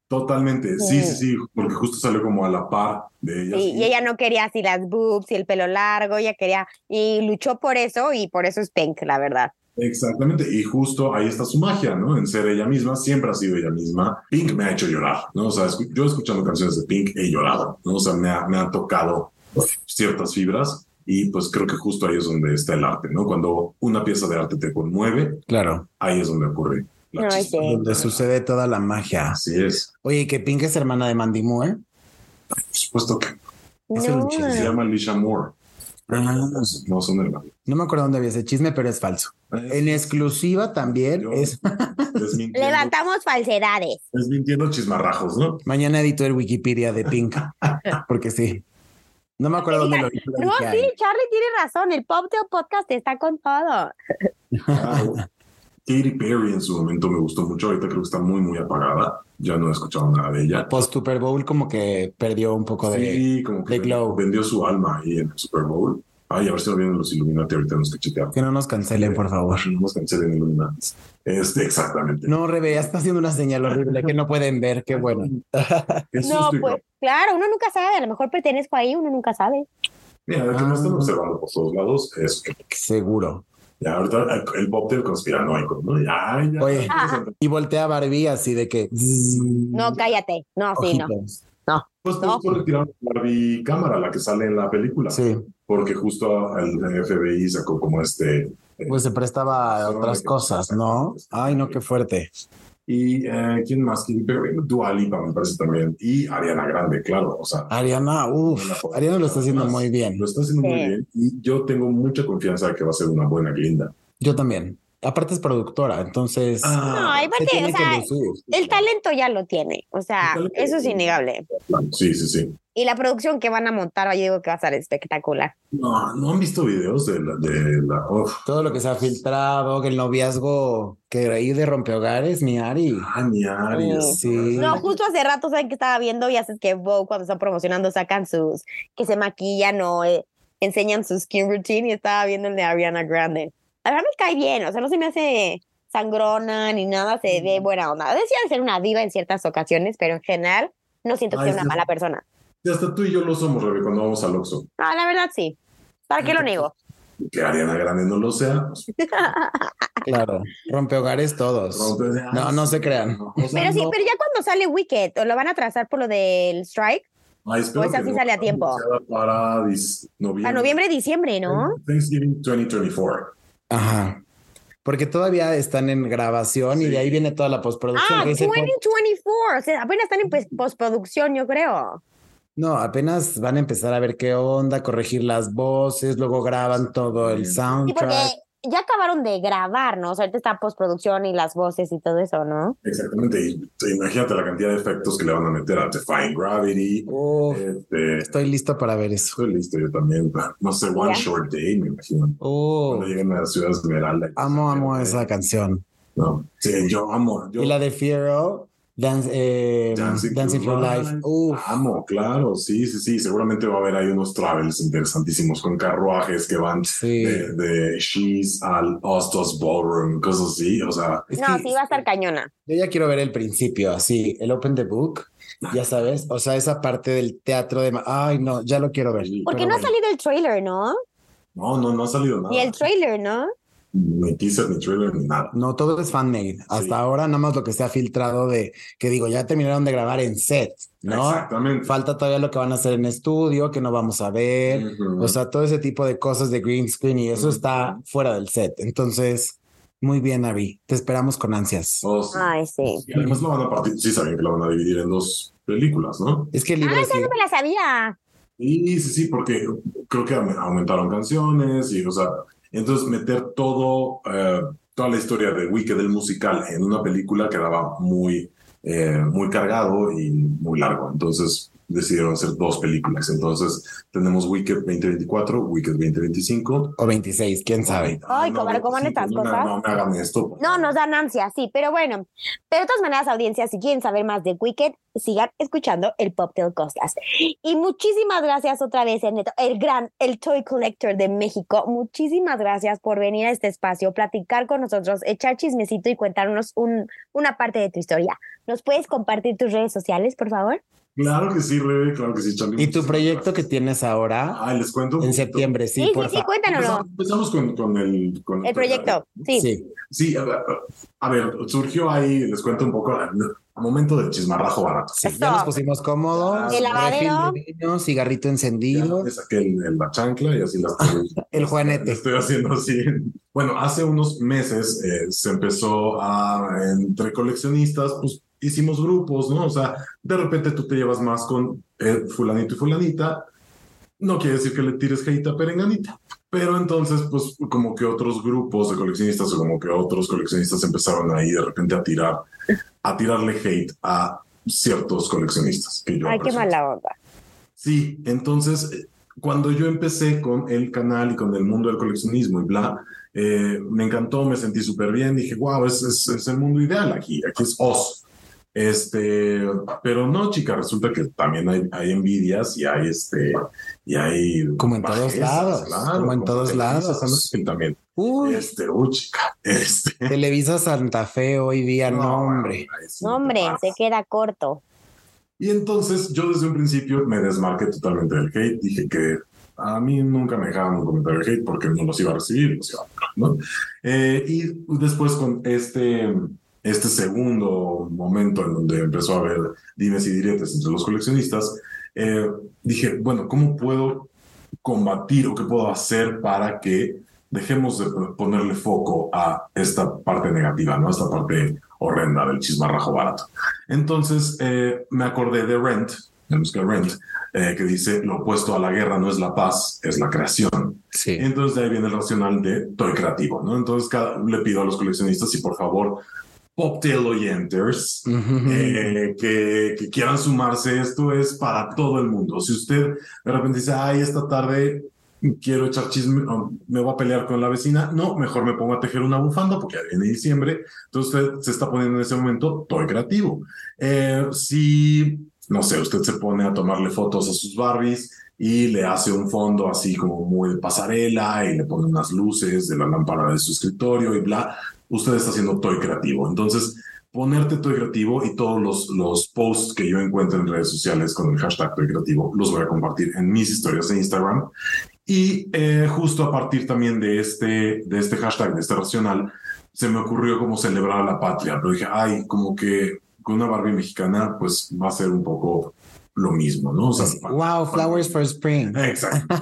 [SPEAKER 4] totalmente. Sí, sí, sí, porque justo salió como a la par de ellas.
[SPEAKER 3] Sí, y ella no quería así las boobs y el pelo largo, ella quería, y luchó por eso y por eso es Pink, la verdad.
[SPEAKER 4] Exactamente, y justo ahí está su magia, ¿no? En ser ella misma, siempre ha sido ella misma. Pink me ha hecho llorar, ¿no? O sea, escu- yo escuchando canciones de Pink he llorado, ¿no? O sea, me ha, me ha tocado ciertas fibras y pues creo que justo ahí es donde está el arte, ¿no? Cuando una pieza de arte te conmueve,
[SPEAKER 2] Claro.
[SPEAKER 4] ahí es donde ocurre la
[SPEAKER 3] Ay,
[SPEAKER 4] chispa.
[SPEAKER 3] sí.
[SPEAKER 2] Donde sucede toda la magia.
[SPEAKER 4] Así es.
[SPEAKER 2] Oye, ¿y que Pink es hermana de Mandy Moore.
[SPEAKER 4] Por supuesto que
[SPEAKER 2] Hace
[SPEAKER 3] No,
[SPEAKER 2] mucho,
[SPEAKER 4] se llama Alicia Moore. No son de la...
[SPEAKER 2] No me acuerdo dónde había ese chisme, pero es falso. En exclusiva también
[SPEAKER 4] Yo-
[SPEAKER 2] es.
[SPEAKER 4] Desmintiendo,
[SPEAKER 3] Levantamos falsedades.
[SPEAKER 4] desmintiendo chismarrajos, ¿no?
[SPEAKER 2] Mañana edito el Wikipedia de Pink, porque sí. No me acuerdo dónde lo vi. pero
[SPEAKER 3] No,
[SPEAKER 2] dije, ay,
[SPEAKER 3] ah, sí, Charlie tiene razón, el Pop Teo Podcast está con todo.
[SPEAKER 4] Claro. Ah, Katy Perry en su momento me gustó mucho, ahorita creo que está muy, muy apagada. Ya no he escuchado nada de ella.
[SPEAKER 2] Post Super Bowl, como que perdió un poco de.
[SPEAKER 4] Sí, como que
[SPEAKER 2] de Glow.
[SPEAKER 4] vendió su alma ahí en el Super Bowl. Ay, a ver si lo vienen los Illuminati ahorita nos cachetean.
[SPEAKER 2] Que no nos cancelen, por favor.
[SPEAKER 4] No nos cancelen Illuminati. Este, exactamente.
[SPEAKER 2] No, Rebe, ya está haciendo una señal horrible que no pueden ver. Qué bueno.
[SPEAKER 4] Es
[SPEAKER 3] No,
[SPEAKER 4] justo y
[SPEAKER 3] pues claro, uno nunca sabe, a lo mejor pertenezco ahí, uno nunca sabe.
[SPEAKER 4] Mira, de que me
[SPEAKER 2] Ah.
[SPEAKER 4] están observando por todos lados, es que
[SPEAKER 2] Seguro.
[SPEAKER 4] ya ahorita el pop del conspiranoico, ¿no? Ya, ya.
[SPEAKER 2] Oye.
[SPEAKER 4] Ah.
[SPEAKER 2] Y voltea a Barbie así de que.
[SPEAKER 4] Mm.
[SPEAKER 3] No, cállate. No, sí, no.
[SPEAKER 2] Ojitos.
[SPEAKER 4] Pues por
[SPEAKER 3] No.
[SPEAKER 4] eso retiraron la bicámara, la que sale en la película,
[SPEAKER 2] Sí,
[SPEAKER 4] porque justo el FBI sacó como este
[SPEAKER 2] pues se prestaba a otras cosas, ¿no? Ay, no, qué fuerte.
[SPEAKER 4] Y eh, quién más, quién Perry, Dua Lipa me parece también. Y Ariana Grande, claro. O sea,
[SPEAKER 2] Ariana, uff, Ariana lo está haciendo muy bien.
[SPEAKER 4] lo está haciendo muy
[SPEAKER 3] Sí.
[SPEAKER 4] bien. Y yo tengo mucha confianza de que va a ser una buena Glinda.
[SPEAKER 2] Yo también. Aparte es productora, entonces.
[SPEAKER 4] Ah,
[SPEAKER 3] Ay,
[SPEAKER 2] se
[SPEAKER 3] aparte,
[SPEAKER 2] tiene
[SPEAKER 3] pues, o
[SPEAKER 2] que
[SPEAKER 3] sea,
[SPEAKER 2] lucir.
[SPEAKER 3] El talento ya lo tiene, o sea,
[SPEAKER 4] El talento
[SPEAKER 3] eso
[SPEAKER 4] ya
[SPEAKER 3] es
[SPEAKER 4] lo tiene.
[SPEAKER 3] innegable.
[SPEAKER 4] Sí, sí, sí.
[SPEAKER 3] Y la producción que van a montar, yo digo que va a ser espectacular.
[SPEAKER 4] No, no han visto videos de la. De la uf.
[SPEAKER 2] Todo lo que se ha filtrado, que el noviazgo que ahí de rompehogares, mi Ari.
[SPEAKER 4] Ah, ni Aries.
[SPEAKER 2] Sí.
[SPEAKER 3] No, justo hace rato, ¿saben que estaba viendo? Y haces que Vogue, cuando están promocionando, sacan sus, que se maquillan o eh, enseñan su skin routine. Y estaba viendo el de Ariana Grande. La verdad me cae bien, o sea, no se me hace sangrona ni nada, se ve buena onda. Decía de ser una diva en ciertas ocasiones, pero en general no siento que
[SPEAKER 4] Ay,
[SPEAKER 3] sea una
[SPEAKER 4] sí.
[SPEAKER 3] mala persona.
[SPEAKER 4] Y hasta tú y yo lo somos, Rebe, cuando vamos al Oxxo.
[SPEAKER 3] Ah, la verdad sí. ¿Para qué lo niego?
[SPEAKER 4] Que Ariana Grande no lo sea. pues,
[SPEAKER 2] Claro, rompehogares todos.
[SPEAKER 4] pronto es de,
[SPEAKER 2] No,
[SPEAKER 4] ay,
[SPEAKER 2] no
[SPEAKER 4] sí,
[SPEAKER 2] se crean.
[SPEAKER 4] no, o sea,
[SPEAKER 3] Pero sí,
[SPEAKER 4] no.
[SPEAKER 3] pero ya cuando sale Wicked, ¿o lo van a trazar por lo del strike?
[SPEAKER 4] Ay, espero
[SPEAKER 3] pues
[SPEAKER 4] que
[SPEAKER 3] así
[SPEAKER 4] no.
[SPEAKER 3] sale a tiempo.
[SPEAKER 4] Anunciada Para dis- noviembre.
[SPEAKER 3] A noviembre, diciembre, ¿no?
[SPEAKER 4] Thanksgiving 2024.
[SPEAKER 2] Ajá. Porque todavía están en grabación y
[SPEAKER 4] Sí.
[SPEAKER 2] de ahí viene toda la postproducción.
[SPEAKER 3] Ah,
[SPEAKER 2] que dice,
[SPEAKER 3] 2024. O sea, apenas están en pues- postproducción, yo creo.
[SPEAKER 2] no, apenas van a empezar a ver qué onda, corregir las voces, luego graban todo el
[SPEAKER 4] Sí,
[SPEAKER 3] Sí, porque
[SPEAKER 2] soundtrack.
[SPEAKER 3] ya acabaron de grabar, ¿no? O sea, ahorita está postproducción y las voces y todo eso, ¿no?
[SPEAKER 4] Exactamente. Y te- imagínate la cantidad de efectos que le van a meter a Define Gravity.
[SPEAKER 2] Uf,
[SPEAKER 4] Este,
[SPEAKER 2] estoy listo para ver eso.
[SPEAKER 4] estoy listo yo también. No sé, One
[SPEAKER 3] Ya.
[SPEAKER 4] Short Day, me imagino.
[SPEAKER 2] Oh,
[SPEAKER 4] Cuando lleguen a la ciudad Esmeralda.
[SPEAKER 2] amo, amo esa canción.
[SPEAKER 4] No. Sí, yo amo. Yo
[SPEAKER 2] Y la de Fiero, Dance, eh, Dancing, for Life. Uf,
[SPEAKER 4] Amo, claro. Sí, sí, sí. Seguramente va a haber ahí unos travels interesantísimos con carruajes que van
[SPEAKER 2] sí.
[SPEAKER 4] de, de She's al Hostos Ballroom, cosas así. O sea,
[SPEAKER 2] Es
[SPEAKER 3] no,
[SPEAKER 2] que-
[SPEAKER 3] sí, va a estar cañona.
[SPEAKER 2] Yo ya quiero ver el principio, así, el open the book,
[SPEAKER 4] Ah.
[SPEAKER 2] ya sabes, o sea, esa parte del teatro de... ma- Ay, no, ya lo quiero ver.
[SPEAKER 3] Porque
[SPEAKER 2] pero
[SPEAKER 3] no
[SPEAKER 2] bueno.
[SPEAKER 3] ha
[SPEAKER 2] Ah,
[SPEAKER 3] salido el trailer, ¿no?
[SPEAKER 4] no, no, no ha salido nada.
[SPEAKER 3] Ni el trailer, ¿no?
[SPEAKER 4] Ni teaser, ni trailer, ni nada.
[SPEAKER 2] No, todo es fan-made. Hasta
[SPEAKER 4] Sí.
[SPEAKER 2] ahora nada más lo que se ha filtrado de, que digo, ya terminaron de grabar en set, ¿no?
[SPEAKER 4] Exactamente.
[SPEAKER 2] Falta todavía lo que van a hacer en estudio, que no vamos a ver.
[SPEAKER 4] Ujú.
[SPEAKER 2] O sea, todo ese tipo de cosas de green screen y eso
[SPEAKER 4] Ujú.
[SPEAKER 2] está fuera del set. Entonces, muy bien, Avi. Te esperamos con ansias.
[SPEAKER 4] Oh, sí.
[SPEAKER 3] Ay, sí.
[SPEAKER 4] Y además lo van a partir, sí saben que lo van a dividir en dos películas, ¿no?
[SPEAKER 2] Es que el libro
[SPEAKER 3] Ah,
[SPEAKER 2] es-
[SPEAKER 3] esa no me la sabía.
[SPEAKER 4] Y sí, sí, porque creo que aum- aumentaron canciones y, o sea, entonces meter todo, eh, toda la historia de Wicked, del musical, en una película quedaba muy, eh, muy cargado y muy largo. Entonces decidieron hacer dos películas. Entonces tenemos Wicked 2024, Wicked 2025.
[SPEAKER 2] o 26, quién sabe.
[SPEAKER 3] Ay,
[SPEAKER 4] Ah, no,
[SPEAKER 3] comadre, ¿cómo van
[SPEAKER 4] 25,
[SPEAKER 3] estas
[SPEAKER 4] no,
[SPEAKER 3] cosas?
[SPEAKER 4] No, me hagan esto.
[SPEAKER 3] No, nos dan ansia, sí, pero bueno. Pero de todas maneras, audiencia, si quieren saber más de Wicked, sigan escuchando el Poptail Costas. Y muchísimas gracias otra vez, Ernesto, el gran, el Toy Collector de México. Muchísimas gracias por venir a este espacio, platicar con nosotros, echar chismecito y contarnos un- una parte de tu historia. ¿Nos puedes compartir tus redes sociales, por favor?
[SPEAKER 4] Claro que sí, Rebe, claro que sí, Charlie.
[SPEAKER 2] Y tu
[SPEAKER 4] muchísimas
[SPEAKER 2] proyecto que
[SPEAKER 4] gracias.
[SPEAKER 2] tienes ahora
[SPEAKER 4] Ah, les cuento. un
[SPEAKER 2] en
[SPEAKER 4] poquito.
[SPEAKER 2] septiembre, sí, por
[SPEAKER 3] sí,
[SPEAKER 2] favor.
[SPEAKER 3] cuéntanoslo.
[SPEAKER 4] Empezamos, empezamos con, con el, con
[SPEAKER 3] El proyecto, sí.
[SPEAKER 2] Sí.
[SPEAKER 4] Sí, a ver, a ver, surgió ahí, les cuento un poco, a momento del chismarrajo barato.
[SPEAKER 2] Sí,
[SPEAKER 3] Eso.
[SPEAKER 2] ya nos pusimos cómodos.
[SPEAKER 4] El
[SPEAKER 3] lavadero.
[SPEAKER 2] refil de vino, cigarrito
[SPEAKER 4] Ya
[SPEAKER 2] encendido.
[SPEAKER 4] me saqué el, el- la chancla y así la estoy,
[SPEAKER 2] El
[SPEAKER 4] la
[SPEAKER 2] juanete.
[SPEAKER 4] Este, estoy haciendo así. Bueno, hace unos meses eh, se empezó a, entre coleccionistas, pues hicimos grupos, ¿no? O sea, de repente tú te llevas más con eh, fulanito y fulanita. No quiere decir que le tires hate a Perenganita. Pero entonces, pues, como que otros grupos de coleccionistas o como que otros coleccionistas empezaron ahí de repente a tirar, a tirarle hate a ciertos coleccionistas. Que yo
[SPEAKER 3] Ay, qué
[SPEAKER 4] aprecio.
[SPEAKER 3] mala onda.
[SPEAKER 4] Sí, entonces eh, cuando yo empecé con el canal y con el mundo del coleccionismo y bla, eh, me encantó, me sentí súper bien, dije, wow, es, es, es el mundo ideal aquí, aquí es Oz. Este, pero no, chica, resulta que también hay, hay envidias y hay este, y hay.
[SPEAKER 2] Como en todos lados, como en todos lados.
[SPEAKER 4] Televisa, "Ah, ¿no? También.
[SPEAKER 2] Uy,
[SPEAKER 4] Este, uy, chica, este.
[SPEAKER 2] Televisa Santa Fe hoy día, no, hombre.
[SPEAKER 4] bueno, es-
[SPEAKER 3] No, hombre, se queda corto.
[SPEAKER 4] y entonces yo desde un principio me desmarqué totalmente del hate. Dije que a mí nunca me dejaban un comentario de hate porque no los iba a recibir, los iba a agarrar, ¿no? Eh, y después con este, este segundo momento en donde empezó a haber dimes y diretes entre los coleccionistas, eh, dije, bueno, ¿cómo puedo combatir o qué puedo hacer para que dejemos de ponerle foco a esta parte negativa, ¿no? Esta parte horrenda del chismarrajo barato. Entonces eh, me acordé de Rent, la música de Rent, eh, que dice lo opuesto a la guerra no es la paz, es la creación.
[SPEAKER 5] Sí.
[SPEAKER 4] Entonces de ahí viene el racional de estoy creativo, ¿no? Entonces cada- le pido a los coleccionistas si por favor, poptail oyentes,
[SPEAKER 2] Ujú.
[SPEAKER 4] eh, que, que quieran sumarse, esto es para todo el mundo. Si usted de repente dice, ay, esta tarde quiero echar chisme, o me voy a pelear con la vecina, no, mejor me pongo a tejer una bufanda porque ya viene diciembre, entonces usted se está poniendo en ese momento todo creativo. Eh, si, no sé, usted se pone a tomarle fotos a sus Barbies y le hace un fondo así como muy de pasarela y le pone unas luces de la lámpara de su escritorio y bla, usted está haciendo todo creativo. Entonces, ponerte Toy Creativo y todos los, los posts que yo encuentro en redes sociales con el hashtag Toy Creativo los voy a compartir en mis historias de Instagram. Y eh, justo a partir también de este, de este hashtag, de este racional, se me ocurrió como celebrar la patria, pero dije, ay, como que con una Barbie mexicana, pues va a ser un poco lo mismo, ¿no? O sea,
[SPEAKER 2] Wow, Flowers for Spring.
[SPEAKER 4] Eh, Exacto.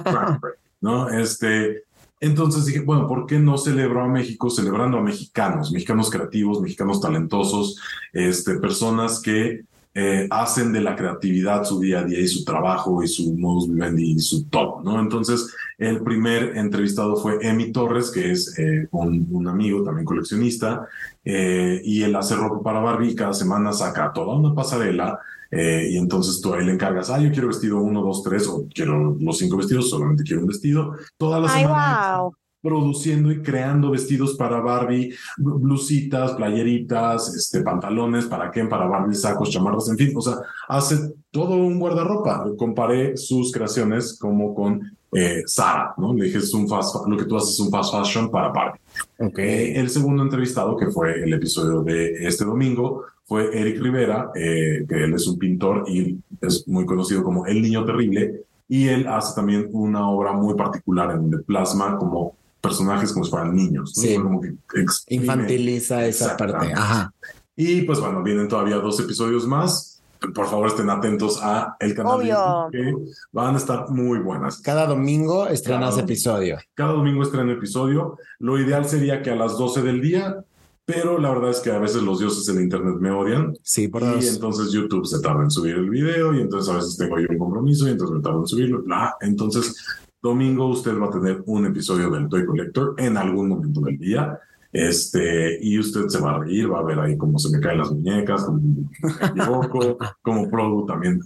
[SPEAKER 4] ¿No? Este, entonces dije, bueno, ¿por qué no celebro a México celebrando a mexicanos, mexicanos creativos, mexicanos talentosos, este, personas que eh, hacen de la creatividad su día a día y su trabajo y su modus vivendi y su todo, ¿no? Entonces, el primer entrevistado fue Emi Torres, que es eh, un, un amigo también coleccionista, eh, y él hace ropa para Barbie y cada semana saca toda una pasarela eh, y entonces tú ahí le encargas, ah, yo quiero vestido uno, dos, tres, o quiero los cinco vestidos, solamente quiero un vestido. Toda la
[SPEAKER 3] Ay,
[SPEAKER 4] semana
[SPEAKER 3] wow.
[SPEAKER 4] produciendo y creando vestidos para Barbie, bl- blusitas, playeritas, este, pantalones, para Ken, para Barbie, sacos, chamarras, en fin, o sea, hace todo un guardarropa. Comparé sus creaciones como con eh, Sara, ¿no? Le dije, es un fast, fa- lo que tú haces es un fast fashion para Barbie.
[SPEAKER 5] Ok.
[SPEAKER 4] Eh, el segundo entrevistado, que fue el episodio de este domingo, fue Eric Rivera, eh, que él es un pintor y es muy conocido como El Niño Terrible, y él hace también una obra muy particular en donde plasma como personajes como si fueran niños, ¿no?
[SPEAKER 5] Sí.
[SPEAKER 4] Como que exprime.
[SPEAKER 5] Infantiliza esa parte.
[SPEAKER 4] Exactamente.
[SPEAKER 5] Ajá.
[SPEAKER 4] Y pues bueno, vienen todavía dos episodios más. Por favor, estén atentos a el canal de
[SPEAKER 3] Obvio.
[SPEAKER 4] YouTube, que van a estar muy buenas.
[SPEAKER 5] Cada domingo estrenas
[SPEAKER 4] Claro.
[SPEAKER 5] episodio.
[SPEAKER 4] Cada domingo estreno episodio. Lo ideal sería que a las 12 del día, pero la verdad es que a veces los dioses del internet me odian.
[SPEAKER 5] Sí, por
[SPEAKER 4] Y entonces YouTube se tarda en subir el video y entonces a veces tengo yo un compromiso y entonces me tardo en subirlo. Bla. Entonces, domingo usted va a tener un episodio del Toy Collector en algún momento del día. Este, y usted se va a reír, va a ver ahí cómo se me caen las muñecas, cómo me equivoco, cómo Produ también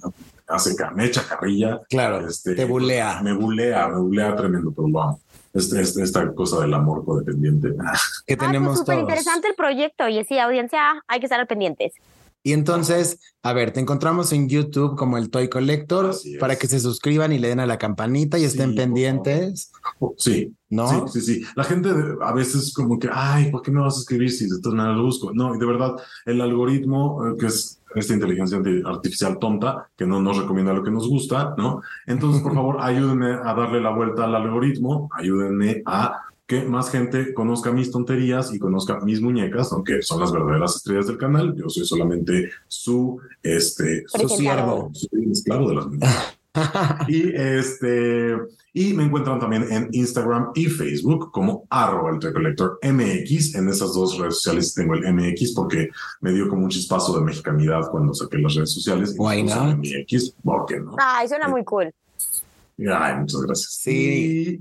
[SPEAKER 4] hace camecha, carrilla.
[SPEAKER 5] Claro,
[SPEAKER 4] Este,
[SPEAKER 5] te bulea.
[SPEAKER 4] Me bulea, me bulea tremendo, pero lo amo. Este- este- esta cosa del amor codependiente.
[SPEAKER 2] Que
[SPEAKER 3] Ah, pues
[SPEAKER 2] tenemos
[SPEAKER 3] súper
[SPEAKER 2] todos.
[SPEAKER 3] interesante el proyecto. Y sí, audiencia, hay que estar al pendientes.
[SPEAKER 2] Y entonces, a ver, te encontramos en YouTube como el Toy Collector
[SPEAKER 4] Así es.
[SPEAKER 2] para que se suscriban y le den a la campanita y estén
[SPEAKER 4] por
[SPEAKER 2] pendientes,
[SPEAKER 4] Sí,
[SPEAKER 2] ¿no?
[SPEAKER 4] sí, sí, sí. La gente de- a veces como que, ay, ¿por qué me vas a escribir si de todas maneras lo busco? No, y de verdad, el algoritmo, eh, que es esta inteligencia anti- artificial tonta, que no nos recomienda lo que nos gusta, ¿no? Entonces, por favor, ayúdenme a darle la vuelta al algoritmo, ayúdenme a que más gente conozca mis tonterías y conozca mis muñecas, aunque son las verdaderas estrellas del canal. Yo soy solamente su, este, su
[SPEAKER 3] Presentador.
[SPEAKER 4] siervo, soy un esclavo de las muñecas. Y este y me encuentran también en Instagram y Facebook como arroba el Toy Collector MX. En esas dos redes sociales tengo el MX porque me dio como un chispazo de mexicanidad cuando saqué las redes sociales. y
[SPEAKER 5] Why
[SPEAKER 4] puse
[SPEAKER 5] not?
[SPEAKER 4] MX, ¿por qué no?
[SPEAKER 3] Ay, suena muy cool.
[SPEAKER 4] Ay, muchas gracias.
[SPEAKER 2] Sí.
[SPEAKER 4] Y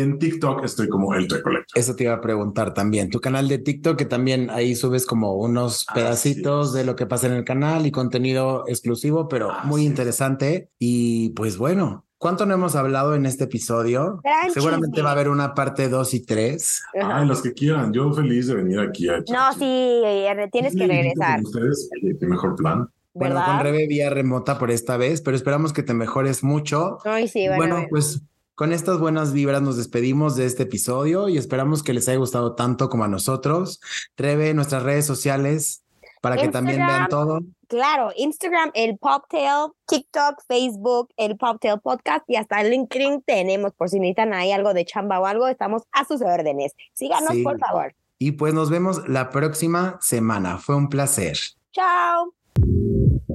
[SPEAKER 4] en TikTok estoy como el Toy Collector.
[SPEAKER 2] Eso te iba a preguntar también. Tu canal de TikTok, que también ahí subes como unos
[SPEAKER 4] Así
[SPEAKER 2] pedacitos
[SPEAKER 4] es.
[SPEAKER 2] de lo que pasa en el canal y contenido exclusivo, pero
[SPEAKER 4] Así
[SPEAKER 2] muy
[SPEAKER 4] es.
[SPEAKER 2] interesante. Y pues bueno, ¿cuánto no hemos hablado en este episodio?
[SPEAKER 3] Gran
[SPEAKER 2] Seguramente
[SPEAKER 3] chisme.
[SPEAKER 2] va a haber una parte 2 y 3.
[SPEAKER 3] Ajá.
[SPEAKER 4] Ay, los que quieran. Yo feliz de venir aquí a echar
[SPEAKER 3] No,
[SPEAKER 4] chisme.
[SPEAKER 3] sí, R, tienes que
[SPEAKER 4] Le invito
[SPEAKER 3] regresar,
[SPEAKER 4] con ustedes. Oye, qué mejor plan.
[SPEAKER 2] Bueno,
[SPEAKER 3] ¿verdad?
[SPEAKER 2] con Rebe vía remota por esta vez, pero esperamos que te mejores mucho.
[SPEAKER 3] Ay, sí, van a
[SPEAKER 2] bueno,
[SPEAKER 3] ver.
[SPEAKER 2] pues con estas buenas vibras nos despedimos de este episodio y esperamos que les haya gustado tanto como a nosotros. Rebe, nuestras redes sociales para que también vean
[SPEAKER 3] Instagram.
[SPEAKER 2] todo.
[SPEAKER 3] Claro, Instagram, el Poptail, TikTok, Facebook, el Poptail Podcast y hasta LinkedIn tenemos por si necesitan ahí algo de chamba o algo, estamos a sus órdenes. Síganos,
[SPEAKER 2] Sí.
[SPEAKER 3] por favor.
[SPEAKER 2] Y pues nos vemos la próxima semana. Fue un placer.
[SPEAKER 3] Chao.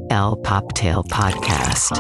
[SPEAKER 1] L Poptail Podcast.